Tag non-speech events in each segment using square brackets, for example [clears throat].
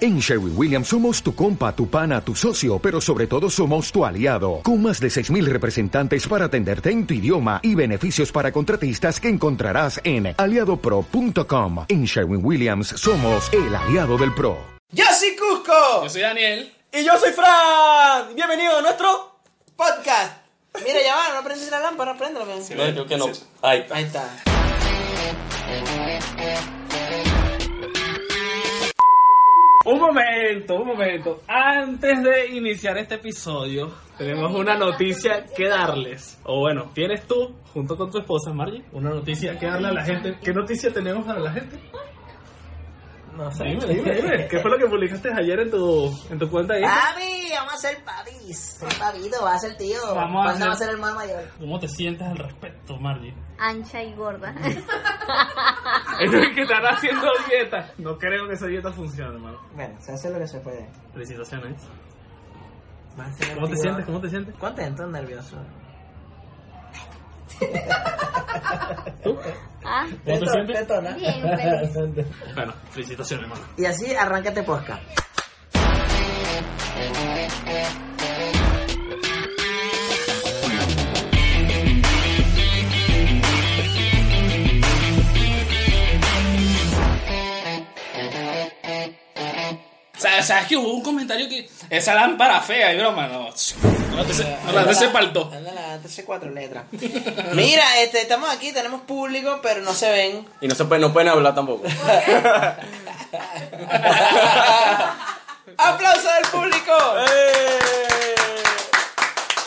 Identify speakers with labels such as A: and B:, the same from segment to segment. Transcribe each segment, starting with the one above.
A: En Sherwin Williams somos tu compa, tu pana, tu socio, pero sobre todo somos tu aliado, con más de 6.000 representantes para atenderte en tu idioma y beneficios para contratistas que encontrarás en aliadopro.com. En Sherwin Williams somos el aliado del PRO.
B: Yo soy Cusco.
C: Yo soy Daniel. [laughs]
D: Y yo soy Fran. Bienvenido a nuestro.
B: Podcast. Mira, ya va, no prendes la lámpara, préndela. men.
C: Sí,
D: No,
C: bueno,
D: creo que no.
C: sí.
D: Ahí está.
B: Ahí está.
C: Un momento, un momento. Antes de iniciar este episodio, tenemos una noticia que darles. O bueno, tienes tú, junto con tu esposa Margie, una noticia que darle a la gente. ¿Qué noticia tenemos para la gente?
D: No sé.
C: Dime, dime, dime. ¿Qué fue lo que publicaste ayer en tu, en tu cuenta ahí?
B: Papi, vamos a hacer papis. Papito, va a ser tío.
C: Vamos a
B: ¿Cuándo
C: hacer-
B: va a ser hermano mayor?
C: ¿Cómo te sientes al respecto, Margie?
E: ancha y gorda.
C: Es que están haciendo dieta. No creo que esa dieta funcione, hermano.
B: Bueno, se hace lo que se puede.
C: Felicitaciones.
B: Va a ser
C: ¿Cómo te
B: tío.
C: sientes? ¿Cómo te sientes?
B: Contento, nervioso.
E: [laughs] Ah,
C: ¿Cómo te
B: Teto-
C: sientes?
B: tetona.
E: bien, feliz.
C: Bueno, felicitaciones, hermano.
B: Y así arráncate posca.
C: Sa- ¿Sabes que hubo un comentario que esa lámpara fea y broma? No, no te se, no te se paltó.
B: Ándala, hace
C: [laughs]
B: cuatro letras. Mira, este, estamos aquí, tenemos público, pero no se ven.
D: Y no, se pueden, no pueden
B: [laughs]
D: hablar tampoco.
B: ¡Aplausos del público!
D: ¡Eh!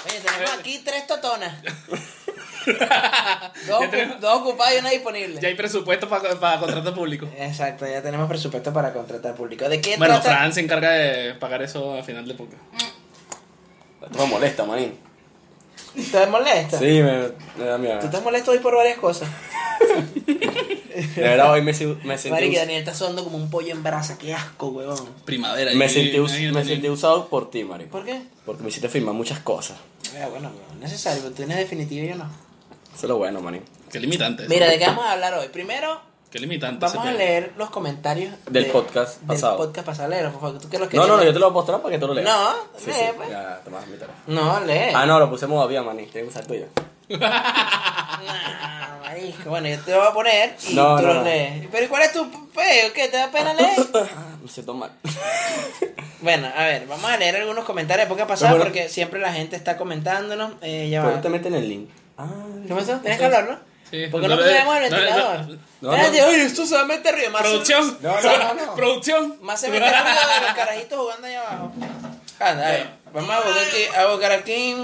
B: Oye, tenemos aquí tres totonas. Dos,
C: [laughs] ya,
B: ocu-
C: tenemos-
B: dos ocupadas y una disponible.
C: ya hay presupuesto para contrato público.
B: Exacto, ya tenemos presupuesto para contratar público. ¿De qué
C: Bueno,
B: trata?
C: Fran se encarga de pagar eso al final de época.
D: No me molesta, manín.
B: ¿Te molesta?
D: Sí, me, me da
B: Tú
D: miedo.
B: estás molesto hoy por varias cosas.
D: De verdad, hoy me, si- me sentí,
B: Mari,
D: us-
B: que Daniel está sonando como un pollo en brasa. Qué asco, huevón.
C: Primavera.
D: me,
C: y-
D: sentí, us-
C: y-
D: me sentí usado por ti, marico.
B: ¿Por qué?
D: Porque me hiciste firmar muchas cosas.
B: Ah, bueno, huevón, necesario. Tú tienes definitivo y yo no.
D: Eso es lo bueno, manín.
C: Qué limitante. eso.
B: Mira, ¿de qué vamos a hablar hoy? Primero,
C: Qué limitante.
B: vamos
C: ese
B: a
C: pedo.
B: leer los comentarios
D: Del
B: de-
D: podcast
B: del
D: pasado.
B: podcast pasado. Léelo, por favor. ¿Tú qué los
D: No,
B: querías
D: no, no,
B: leer?
D: yo te lo voy a mostrar para que tú lo leas.
B: No,
D: sí,
B: lee,
D: sí,
B: pues.
D: Ya, tomás mi teléfono.
B: No, lee.
D: Ah, no, lo puse en modo avión, manín. Tienes que usar tuyo.
B: Ah, marico. Bueno, yo te lo voy a poner y
D: No,
B: tú
D: no,
B: los
D: no.
B: lees. ¿Pero cuál es tu peo? ¿Qué? ¿Te da pena leer?
D: Ah, Me siento mal.
B: Bueno, a ver, vamos a leer algunos comentarios porque ha pasado
D: Pero bueno.
B: porque siempre la gente está comentándonos. Eh, ya
D: Pero
B: va.
D: te meten el link. Ah,
B: ¿Qué pasó? Eh, Tienes que hablar, ¿no?
C: Sí.
B: ¿Por qué no
C: No, no,
B: tenemos el
C: no,
B: ventilador?
C: no,
D: no.
B: Espérate, oye, esto se va a meter ruido. Más
C: Producción.
B: Se, no, no,
C: [laughs]
B: no.
C: Producción.
B: Más se mete
C: [laughs]
B: ruido de los carajitos jugando allá abajo. Anda, a ver, vamos a buscar aquí. A buscar aquí.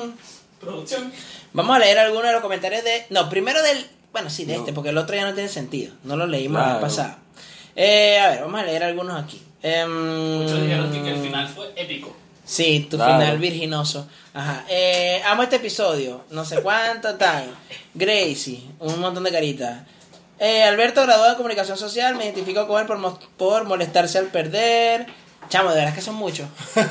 C: Producción.
B: Vamos a leer algunos de los comentarios de. No, primero del. Bueno, sí, de este, porque el otro ya no tiene sentido. No lo leímos el
D: Claro.
B: pasado. Eh, a ver, vamos a leer algunos aquí. Em,
C: Muchos dijeron que el final fue épico.
B: Sí, tu
D: Claro.
B: final virginoso. Ajá. Eh, amo este episodio. No sé cuánto [laughs] tal. Gracie, un montón de caritas. Eh, Alberto, graduado de comunicación social, me identifico con él por, mos- por molestarse al perder. Chamo, de verdad es que [laughs] son muchos. son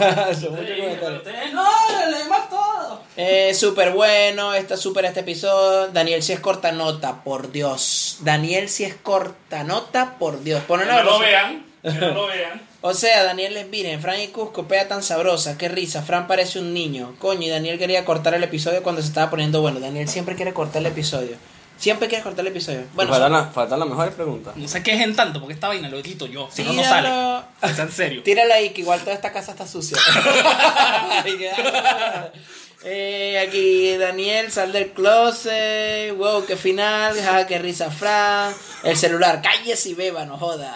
B: muchos comentarios.
C: No, le leemos todo.
B: Eh, súper bueno, está súper este episodio. Daniel si es corta nota, por Dios. Daniel si es corta nota, por Dios. Pon
C: Que
B: una
C: no lo
B: velocidad.
C: vean. Que no
B: [laughs]
C: lo vean.
B: O sea, Daniel les miren, Fran y Cusco, pea tan sabrosa, qué risa, Fran parece un niño. Coño, y Daniel quería cortar el episodio cuando se estaba poniendo bueno. Daniel siempre quiere cortar el episodio. Siempre quiere cortar el episodio. Bueno,
D: faltan, la- faltan las mejores preguntas.
C: No se quejen tanto porque esta vaina lo quito yo. Si no, no sale.
B: tíralo,
C: Es en serio.
B: tíralo ahí, que igual toda esta casa
C: [laughs]
B: está sucia. Y que, ah, eh, aquí Daniel, sal del closet. Wow, qué final. Ja, qué risa, Fran. El celular, cállese y beba, no
C: [laughs]
B: joda.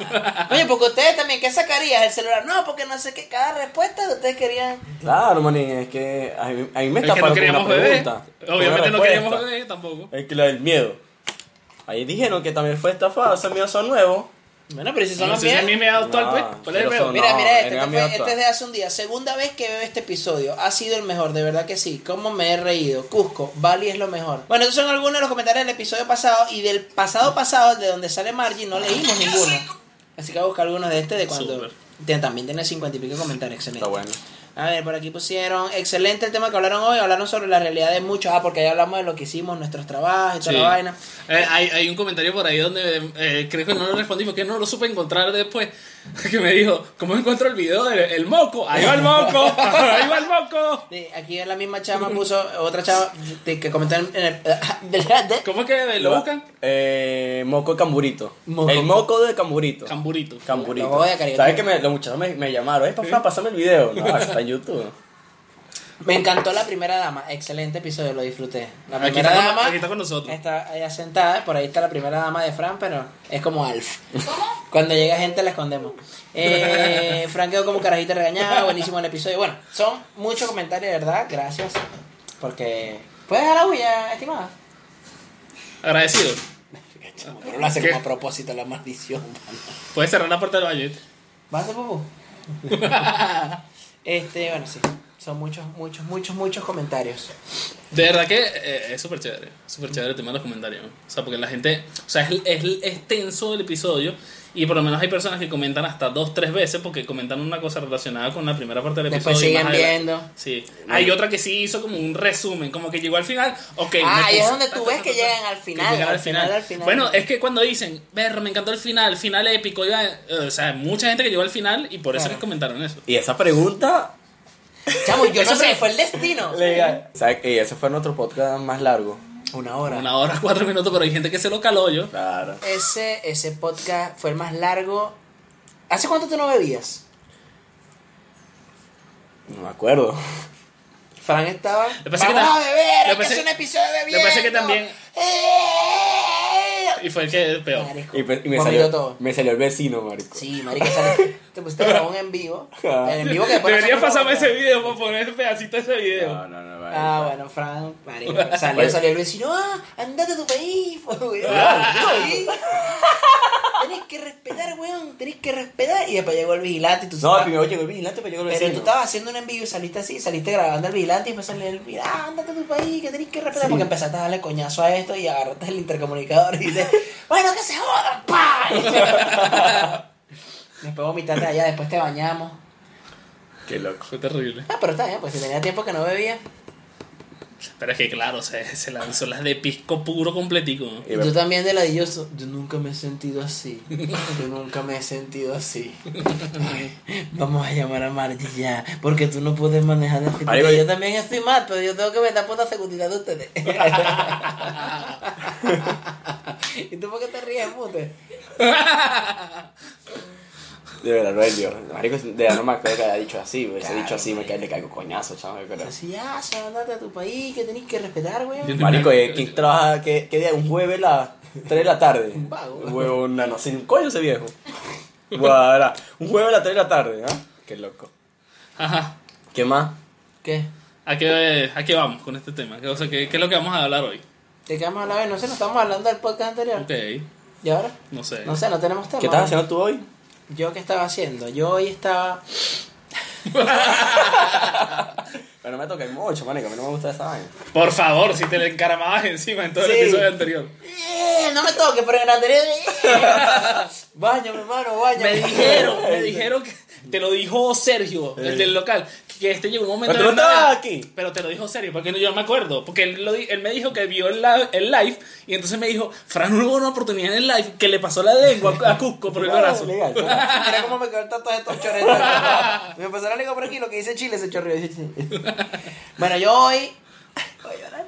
B: Oye, porque ustedes también, ¿qué sacarías? El celular, no, porque no sé qué. Cada respuesta de ustedes querían.
D: Claro, manín, es que a mí, a mí me
C: Es que no
D: estafaron con
C: queríamos
D: una
C: beber.
D: pregunta. con una
C: Obviamente no queríamos
D: respuesta.
C: beber tampoco.
D: Es que la del miedo. Ahí dijeron que también fue estafado, esos míos son nuevos.
B: Bueno, pero si son
C: No
B: los
C: sé si a
B: míos.
C: mí me da actual,
D: No,
C: pues. ¿Cuál es el
D: Ah, pero
C: pedo?
D: son-
B: Mira,
D: No,
B: mira, este,
D: era
B: este fue-
D: mío
B: este es de hace un día. Segunda vez que veo este episodio. Ha sido el mejor, de verdad que sí. Cómo me he reído. Cusco, Bali es lo mejor. Bueno, esos son algunos de los comentarios del episodio pasado. Y del pasado pasado, de donde sale Margie, no leímos ninguno. Así que voy a buscar algunos de este de cuando...
C: Súper.
B: Te- También tiene cincuenta y pico comentarios, excelente.
D: Está bueno.
B: A ver, por aquí pusieron. Excelente el tema que hablaron hoy. Hablaron sobre la realidad de muchos. Ah, porque ahí hablamos de lo que hicimos, nuestros trabajos y toda
F: Sí.
B: la vaina.
F: Eh, hay, hay un comentario por ahí donde eh, creo que no lo respondí porque no lo supe encontrar después. [laughs] Que me dijo, ¿cómo encuentro el video del el moco? Ahí va el moco, [laughs] ahí va el moco.
B: Sí, Aquí la misma chama puso otra chama de- que comentó en en el. [laughs]
F: ¿Cómo es que lo buscan?
D: Eh, moco de camburito.
B: Moco.
D: El moco de camburito.
F: Camburito.
D: camburito.
B: Moco de Caribe.
D: ¿Sabes que me- los muchachos me, me llamaron? Eh, papá, pásame el video.
F: [laughs]
D: No, está en YouTube.
B: Me encantó la primera dama. Excelente episodio, lo disfruté. La
F: Aquí
B: primera
F: está con-
B: dama. Eh.
F: aquí está con nosotros.
B: Está allá sentada. Por ahí está la primera dama de Fran, pero es como Alf. Cuando llega gente la escondemos. Eh, [laughs] Fran quedó como carajita regañada. Buenísimo el episodio. Bueno, son muchos comentarios, de ¿verdad? Gracias. Porque. ¿Puedes dejar la bulla, estimada?
F: Agradecido.
B: Pero lo hace
F: ¿Qué?
B: como a propósito, la maldición.
F: Puedes cerrar la puerta del baño. ¿viste?
B: ¿Vas a popó? [laughs] este, bueno, sí. Son muchos, muchos, muchos, muchos comentarios.
F: De verdad que eh, es súper chévere, súper chévere el tema de los comentarios. ¿no? O sea, porque la gente, o sea, es, es, es tenso el episodio y por lo menos hay personas que comentan hasta dos, tres veces porque comentan una cosa relacionada con la primera parte del
B: Después
F: episodio. y
B: siguen
F: más adelante.
B: viendo.
F: Sí. Hay otra que sí hizo como un resumen, como que llegó al final, ok. me
B: Ah, ahí es
F: puse-
B: donde
F: ta,
B: tú
F: ta,
B: ves
F: ta,
B: que
F: ta, ta,
B: llegan al
F: que
B: final,
F: Eh, llegan
B: al final, al final.
F: Bueno, es que cuando dicen, ver, me encantó el final, final épico, iba, eh, o sea, mucha gente que llegó al final y por eso
B: Claro.
F: les comentaron eso.
D: Y esa pregunta.
B: Chamo, yo no
F: Esa
B: sé,
F: pre-
B: fue el destino.
D: Legal. ¿Sabes que Ese fue nuestro podcast más largo.
B: Una hora.
F: Una hora, cuatro minutos, pero hay gente que se lo caló yo.
D: Claro.
B: Ese, ese podcast fue el más largo. ¿Hace cuánto tú no bebías?
D: No me acuerdo.
B: Frank estaba.
F: que pasa es que
B: Vamos a
F: tam-
B: beber,
F: lo
B: hay
F: que
B: que
F: pasa-
B: hacer un episodio de
F: lo que pasa es que
B: bebiendo.
F: también-
B: ¡Eh!
F: Y fue el que peor.
B: Marico,
D: Y, pe- y me,
B: vomitó
D: salió,
B: todo.
D: me salió el vecino, marico.
B: Sí, marico, sale. Te pusiste un
F: [laughs]
B: en vivo.
D: Ah.
B: En vivo que después
F: Deberías
B: nosotros lo
F: pasarme ese
B: botamos.
F: video para poner el pedacito de ese video.
D: No, no, no, marico.
B: Ah, bueno, Fran, marico, salió,
D: Oye.
B: salió el vecino, ah, andate a tu país, po, weón. Sí. Tenés que respetar, weón, tenés que respetar. Y después llegó el vigilante y tú
D: No,
B: sabes-
D: primero llegó el vigilante, pero pues, llegó el
B: Pero
D: vecino.
B: tú estabas haciendo un envío y saliste así, saliste grabando al vigilante y después salió el vigilante, ah, andate a tu país, que tenés que respetar. Porque empezaste a darle coñazo a esto y agarraste el intercomunicador y dices, bueno, que se jodan,
D: [laughs]
B: pa. después vomitaste allá, después te bañamos.
D: Qué loco.
F: Fue terrible.
B: Ah, pero está bien, pues si tenía tiempo que no bebía.
F: Pero es que claro, se, se lanzó las de pisco puro completico. ¿no?
D: Y
B: Y
D: me-
B: tú también de la de yo, so- yo nunca me he sentido así. Yo nunca me he sentido así. Ay, Vamos a llamar a Margie ya, porque tú no puedes manejar el
D: Ahí
B: futuro.
D: voy.
B: Yo también estoy mal, pero yo tengo que velar por la seguridad de ustedes. ¿Y tú por qué te ríes, mute?
D: De verdad, Roelio. Marico, de verdad no me acuerdo que haya dicho así, güey. Si ha dicho así, me cae, le caigo coñazo, chaval. Pero...
B: Así, ya, se andate a tu país, que tenés que respetar, weón.
D: Marico, eh, ¿quién trabaja? ¿Qué, qué día? ¿Un jueves a las 3 de la tarde? Un
B: vago.
D: Huevo, nano, sin un coño ese viejo. Guara. Un jueves a las 3 de la tarde, ¿ah? Qué loco.
F: Ajá.
D: ¿Qué más?
B: ¿Qué?
F: ¿A qué, ¿A qué vamos con este tema? O sea, ¿qué, qué es lo que vamos a hablar hoy?
B: ¿De qué vamos a hablar? hoy? No sé, no estamos hablando del podcast anterior.
F: Ok,
B: ¿Y ahora?
F: no sé.
B: No sé, no tenemos tema.
D: ¿Qué estás haciendo tú hoy?
B: ¿Yo qué estaba haciendo? Yo hoy estaba...
D: Bueno, me toca el mocho, marico. A mí no me gusta esa vaina.
F: Por favor, si te le encaramabas encima en todo el
B: Sí.
F: episodio anterior.
B: Eh, No me toques, pero en el anterior. [laughs] eh. Báñame, hermano,
D: [laughs]
F: Me
B: báñame.
F: dijeron, me dijeron que. Te lo dijo Sergio, el del local, que este llegó un momento.
D: Pero tú
F: en
D: no
F: la-
D: estabas aquí.
F: Pero te lo dijo Sergio, porque no- yo no me acuerdo. Porque él, lo di- él me dijo que vio el, la- el live y entonces me dijo, Fran hubo una oportunidad en el live que le pasó la lengua a Cusco por el
D: Claro,
F: corazón.
D: legal, claro.
B: Mira cómo me quedaron todos estos [laughs] chorretos. Me pasó la lengua por aquí, lo que dice Chile ese chorreo. [laughs] Bueno, yo hoy. Voy a llorar.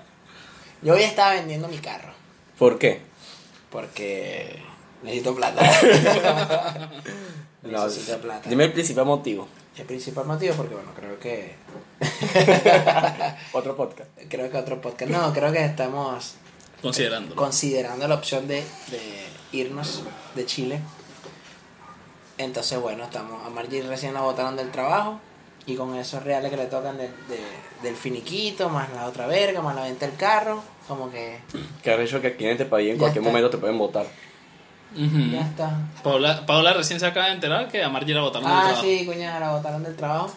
B: Yo hoy estaba vendiendo mi carro.
D: ¿Por qué?
B: Porque necesito
D: [laughs]
B: plata.
D: No,
B: Necesito plata.
D: dime el principal motivo.
B: El principal motivo es porque, bueno, creo que.
D: Otro podcast.
B: creo que otro podcast. No, creo que estamos
F: Considerando.
B: considerando la opción de, de irnos de Chile. Entonces, bueno, estamos. A Margie recién la botaron del trabajo. Y con esos reales que le tocan de- de- del finiquito, más la otra verga, más la venta del carro. Como que
D: Que arrecho que aquí en este país en
B: Ya
D: cualquier
B: está.
D: momento te pueden votar.
F: Ujú.
B: ya está.
F: Paula, Paula recién se acaba de enterar que a Margie la botaron del
B: Ah,
F: trabajo.
B: sí, cuñada, la botaron del trabajo.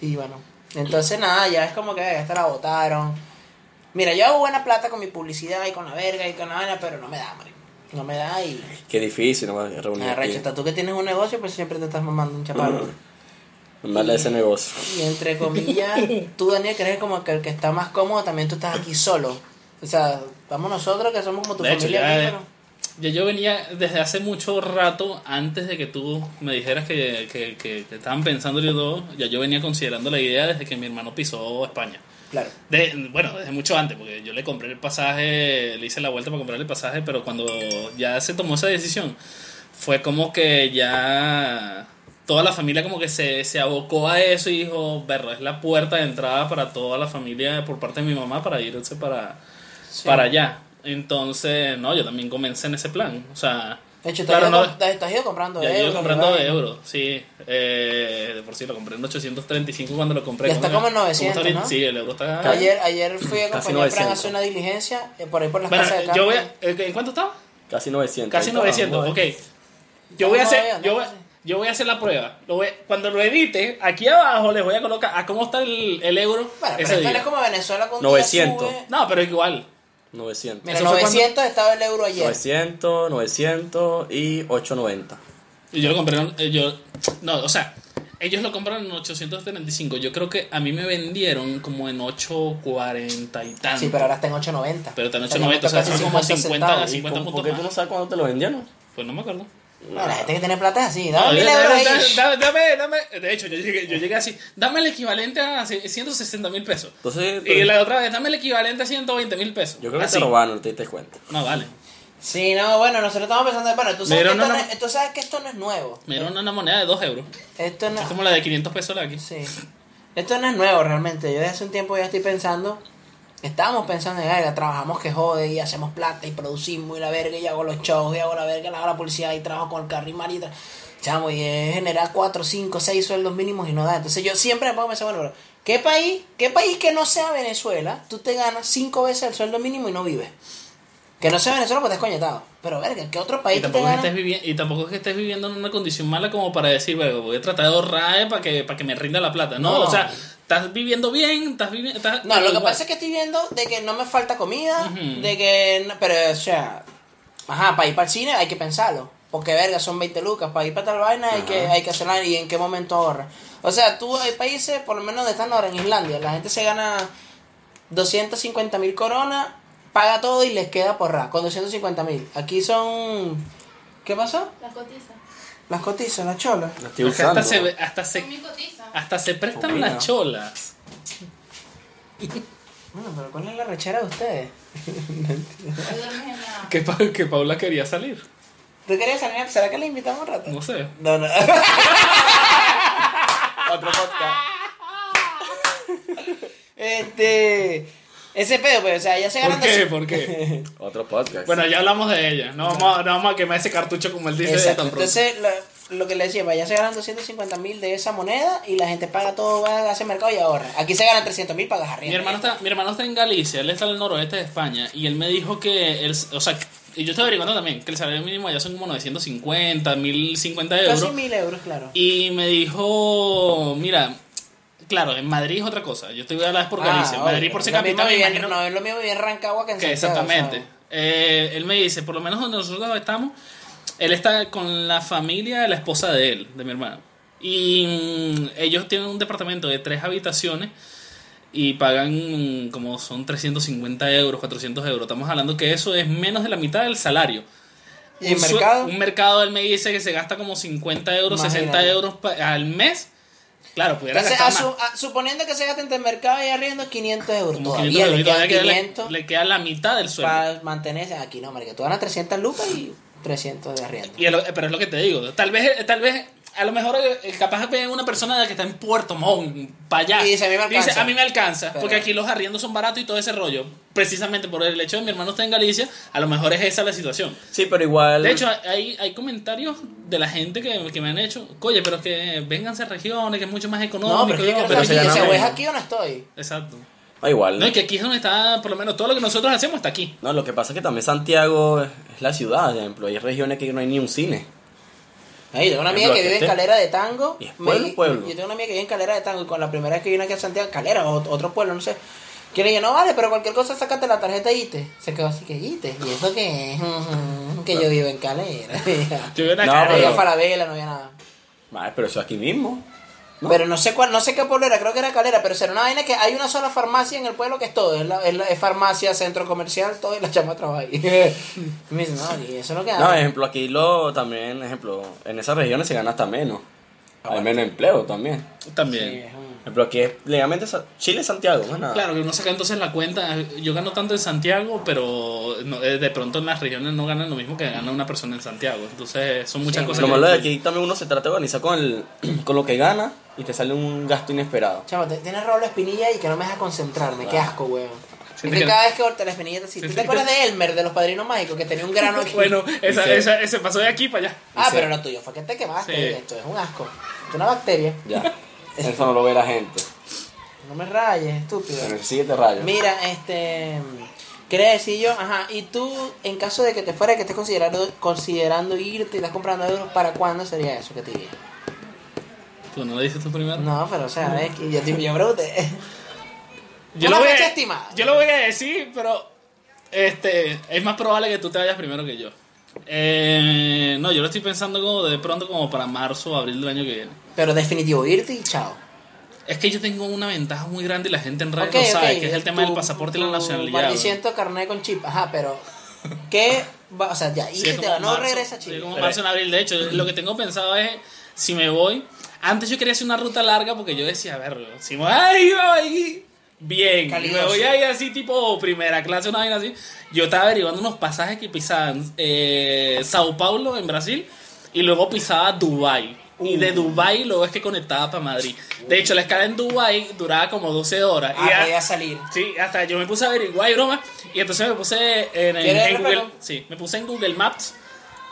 B: Y bueno. Entonces, nada, ya es como que "Ay, esta la botaron. Mira, yo hago buena plata con mi publicidad y con la verga y con la vaina, pero no me da, marico. No me da y.
D: Qué difícil, no me reunir.
B: Me
D: aquí.
B: arrecha, hasta tú que tienes un negocio, pues siempre te estás mamando un chaparro.
D: Mándale ese negocio.
B: Y entre comillas, tú Daniel crees como que el que está más cómodo también tú estás aquí solo. O sea, vamos nosotros que somos como tu
F: De hecho,
B: familia.
F: ya,
B: aquí,
F: eh,
B: pero-
F: ya yo venía desde hace mucho rato, antes de que tú me dijeras que, que, que te estaban pensando y todo, ya yo venía considerando la idea desde que mi hermano pisó España.
B: Claro.
F: De- bueno, desde mucho antes, porque yo le compré el pasaje, le hice la vuelta para comprarle el pasaje, pero cuando ya se tomó esa decisión, fue como que ya toda la familia como que se, se abocó a eso y dijo, berro, es la puerta de entrada para toda la familia por parte de mi mamá para irse para, para allá. Entonces, no, yo también comencé en ese plan. O sea,
B: De hecho, te,
F: claro,
B: has
F: no,
B: ido, com- te- te has ido comprando
F: ya yo
B: euros,
F: iba comprando
B: ¿verdad?
F: euros, sí. Eh, de por sí lo compré en 835 cuando lo compré.
B: Ya está
F: ¿Cómo
B: como en
F: ¿Cómo está
B: 900,
F: ahorita?
B: ¿no?
F: Sí, el euro está...
B: Ayer, ayer fui a
D: Casi
B: acompañar a Fran a
D: 900.
B: hacer una diligencia eh, por ahí por las
F: Bueno,
B: casas de
F: yo
B: cambio.
F: voy a- eh, ¿En cuánto estaba?
D: Casi 900.
F: Casi
D: Ahí está.
F: 900, ok. Yo
B: Estamos
F: voy a hacer,
B: todavía,
F: yo
B: ¿no?
F: voy, yo voy a hacer la prueba. Lo voy- cuando lo edite, aquí abajo les voy a colocar a cómo está el, el euro
B: Bueno, pero
F: ese
B: esto no
F: día.
B: es como Venezuela con
D: 900.
F: No, pero igual.
D: 900.
B: Mira,
F: ¿Eso fue
B: 900 estaba el euro ayer.
D: 900, 900 y 890.
F: Y yo lo compré, en- eh, yo, no, o sea, ellos lo compraron en 835. Yo creo que a mí me vendieron como en 840 y tanto.
B: Sí, pero ahora está en 8.90.
F: Pero está en
B: O sea,
F: 8.90, o sea,
B: casi
F: son como 50
B: 50 centavos.
F: así. 50
D: ¿Por
F: puntos
D: qué tú
F: más.
D: no sabes cuándo te lo vendieron?
F: Pues no me acuerdo.
B: No, la gente que tiene plata es así.
F: No,
B: Dame mil
F: dame,
B: euros ahí.
F: dame, dame, dame, dame. De hecho, yo llegué, yo llegué así. Dame el equivalente a 160 mil pesos.
D: Entonces,
F: Y la Ah, otra vez, dame el equivalente a 120 mil pesos.
D: yo creo que
F: Así.
D: te robaron, te diste cuenta.
F: No, vale.
B: Sí, no, bueno, nosotros estamos pensando, bueno, tú sabes,
F: Pero
B: que,
F: no,
B: esto no
F: no.
B: es- tú sabes que esto no es nuevo.
F: Me dieron una moneda de 2 euros.
B: Esto no
F: Es como la de 500 pesos la de aquí.
B: Sí. Esto no es nuevo realmente. Yo desde hace un tiempo ya estoy pensando. Estábamos pensando en verga, trabajamos que jode y hacemos plata y producimos y la verga y hago los shows y hago la verga, la hago la publicidad y trabajo con el carril marita. Chamo, y es generar 4, 5, 6 sueldos mínimos y no da. Entonces yo siempre me pongo a pensar, bueno, pero ¿qué país, qué país que no sea Venezuela, tú te ganas 5 veces el sueldo mínimo y no vives? Que no sea Venezuela, pues estás coñetado. Pero verga, ¿qué otro país
F: Y
B: tú te
F: tampoco, es que
B: ganas?
F: estés viviendo, y tampoco es que estés viviendo en una condición mala como para decir, bueno, voy a tratar de ahorrar para que, para que me rinda la plata. No,
B: No.
F: o sea, estás viviendo bien, estás viviendo...
B: No, lo que pasa es que estoy viendo de que no me falta comida,
F: pues. Ujú.
B: de que... no- pero, o sea... Ajá, para ir para el cine hay que pensarlo. Porque, verga, son 20 lucas. Para ir para tal vaina hay que, hay que hacerla y en qué momento ahorra. O sea, tú hay países, por lo menos donde están ahora, en Islandia, la gente se gana 250 mil coronas, paga todo y les queda porra, con 250 mil. Aquí son... ¿Qué pasó?
G: La cotiza.
B: Las cotizas, las cholas.
D: Lo estoy
F: Porque hasta
D: usando.
F: se, ve- hasta se,
G: Son mi cotiza.
F: hasta se prestan
D: Comida.
F: las cholas.
B: Bueno, pero ¿cuál es la rechera de ustedes?
G: Tú duermes en la.
F: Que, Pa- que Paula quería salir.
B: ¿Tú querías salir? ¿Será que le invitamos un rato?
F: No sé.
B: No,
F: [laughs]
B: no.
D: Otro podcast.
B: Este. Ese pedo, pues, o sea, ya se
F: ¿Por
B: ganan.
F: qué?
B: 200.
F: ¿Por
B: [laughs]
F: qué?
D: Otro podcast.
F: Bueno, ya hablamos de ella. No vamos, a, no vamos a quemar ese cartucho como él dice.
B: Exacto.
F: tan pronto.
B: Entonces, la- lo que le decía, pues, ya se ganan 250 mil de esa moneda y la gente paga todo, va a ese mercado y ahorra. Aquí se ganan 300 mil, pagas arriba.
F: Mi hermano, está, mi hermano está en Galicia, él está en el noroeste de España y él me dijo que, el, o sea, y yo estoy averiguando también que el salario mínimo allá son como 950, 1050 euros.
B: Casi mil euros, claro.
F: Y me dijo, mira, claro, en Madrid es otra cosa, yo estoy hablando es por
B: Ah,
F: Galicia, en
B: obvio,
F: Madrid por ser
B: lo mismo
F: capital me
B: vivir-
F: imagino
B: No, es lo mismo vivir en Rancagua que en
F: que
B: Santiago,
F: exactamente.
B: o sea,
F: Eh, él me dice, por lo menos donde nosotros estamos, él está con la familia de la esposa de él, de mi hermano. Y mm, ellos tienen un departamento de tres habitaciones y pagan mm, como son 350 euros, 400 euros. Estamos hablando que eso es menos de la mitad del salario.
B: Y el
F: Un sue-
B: mercado.
F: Un mercado, él me dice que se gasta como 50 euros, 60
B: Imagínate.
F: euros pa- al mes. Claro, pudiera
B: Entonces,
F: gastar
B: a su-
F: más.
B: a- suponiendo que se gasten entre el mercado y arriendo 500 euros.
F: Como
B: todavía
F: 500 euros,
B: le
F: y todavía
B: quedan
F: queda- le-
B: 500
F: le queda la mitad del sueldo.
B: para mantenerse aquí, no, marica. Tú ganas 300 lucas y 300 de arriendo.
F: Y es lo- pero es lo que te digo, tal vez, tal vez, a lo mejor eh, capaz ven una persona de la que está en Puerto Montt, para allá.
B: Y dice, "A mí me alcanza".
F: a mí me alcanza,
B: Pero-
F: porque aquí los arriendos son baratos y todo ese rollo. Precisamente por el hecho de mi hermano está en Galicia, a lo mejor es esa la situación.
D: Sí, pero igual.
F: De hecho, hay, hay comentarios de la gente que, que me han hecho, oye, pero es que vénganse a regiones, que es mucho más económico.
B: No, pero es que
F: Y
B: yo
F: yo,
B: quiero
F: pero
B: saber
D: se
B: si-
D: gana
B: o sea, o es
D: menos.
B: aquí o no estoy.
F: Exacto.
D: Ah, igual.
F: No, y que aquí es donde está, por lo menos todo lo que nosotros hacemos está aquí.
D: No, lo que pasa es que también Santiago es la ciudad, por ejemplo. Hay regiones que no hay ni un cine.
B: Ahí, tengo una amiga
D: Ejemplo,
B: que
D: que
B: vive en
D: esté-
B: Calera de Tango.
D: Y es pueblo, pueblo.
B: Yo tengo una amiga que vive en Calera de Tango y con la primera vez que vino aquí a Santiago, Calera o otro pueblo, no sé. Que le dije, no vale, pero cualquier cosa, sácate la tarjeta y te. Se quedó así que ITE. ¿Y eso qué? es? [laughs] que yo vivo en Calera.
F: Yo veo una
D: No,
F: cara-
B: no había
D: pero-
B: farabela, no había nada.
D: Madre, pero eso aquí mismo.
B: Pero no sé cuál, no sé qué pueblo era, creo que era Calera, pero será una vaina que hay una sola farmacia en el pueblo que es todo, es, la- es la- es farmacia, centro comercial, todo y la chama trabaja ahí. [laughs] Y me dice, no, y eso no queda.
F: Ah.
D: No, ejemplo, aquí lo también, ejemplo, en esas regiones se gana hasta menos. Hay menos empleo también.
F: También.
D: Ejemplo, aquí es legalmente Sa- Chile Santiago, más nada.
F: Claro, que uno saca entonces la cuenta. Yo gano tanto en Santiago, pero no- eh, de pronto en las regiones no ganan lo mismo que gana una persona en Santiago. Entonces son muchas cosas.
D: Lo
F: que
D: malo de
F: influyen.
D: aquí también uno se trata de organizar con, el, [clears throat] con lo que gana y te sale un gasto inesperado.
B: Chama, te- tienes Raúl Espinilla y que no me deja concentrarme, qué asco, weón. Es
F: Siente
B: que
F: que-
B: cada vez que voltea la espinilla, te- si
F: Siente
B: tú
F: que-
B: te acuerdas de Elmer, de los padrinos mágicos, que tenía un grano aquí.
F: [laughs] Bueno, esa,
D: Dice-
F: esa- ese pasó de aquí para allá.
B: ah,
D: dice-
B: pero lo tuyo fue que te quemaste,
F: Sí.
B: esto es un asco. Es una bacteria.
F: [laughs]
D: Ya. Eso no lo ve la gente.
B: No me rayes, estúpido.
D: En el siguiente rayo.
B: Mira, este. Quería decir yo, ajá, y tú, en caso de que te fuera, que estés considerando, considerando irte y estás comprando euros, ¿para cuándo sería eso que te diría?
F: ¿Tú Pues no lo dices tú primero?
B: No, pero o sea, es que yo, te- yo pregunté.
F: Yo
B: Una
F: lo, voy
B: fecha
F: a,
B: estimada.
F: yo lo voy a decir, pero este es más probable que tú te vayas primero que yo. Eh, no, yo lo estoy pensando como de pronto como para marzo o abril del año que viene.
B: Pero definitivo, irte y chao.
F: Es que yo tengo una ventaja muy grande y la gente en
B: Ok,
F: radio no sabe,
B: ok,
F: que es el tema
B: tu-
F: del pasaporte y
B: tu
F: la nacionalidad. bro.
B: Maldiciento carnet con chip, ajá, pero. ¿Qué va? O sea, ya,
F: Sí,
B: irte
F: es
B: te
F: como
B: va, no
F: marzo,
B: regresa a
F: sí,
B: Chile.
F: como marzo en abril. De hecho, lo que tengo pensado es si me voy. Antes yo quería hacer una ruta larga porque yo decía, a ver, bro, si me voy ahí, me voy ahí, Bien, y me
B: Calidoso.
F: voy ahí así, tipo primera clase, una vaina así. Yo estaba averiguando unos pasajes que pisaban eh, Sao Paulo en Brasil y luego pisaba Dubai Y
B: Uh.
F: de Dubai luego es que conectaba para Madrid. De hecho, la escala en Dubai duraba como 12 horas.
B: Ah,
F: y ya-
B: podía salir.
F: Sí, hasta yo me puse a averiguar y broma. Y entonces me puse en, en-
B: ¿Quieres
F: en Google.
B: verlo?
F: Sí, me puse en Google Maps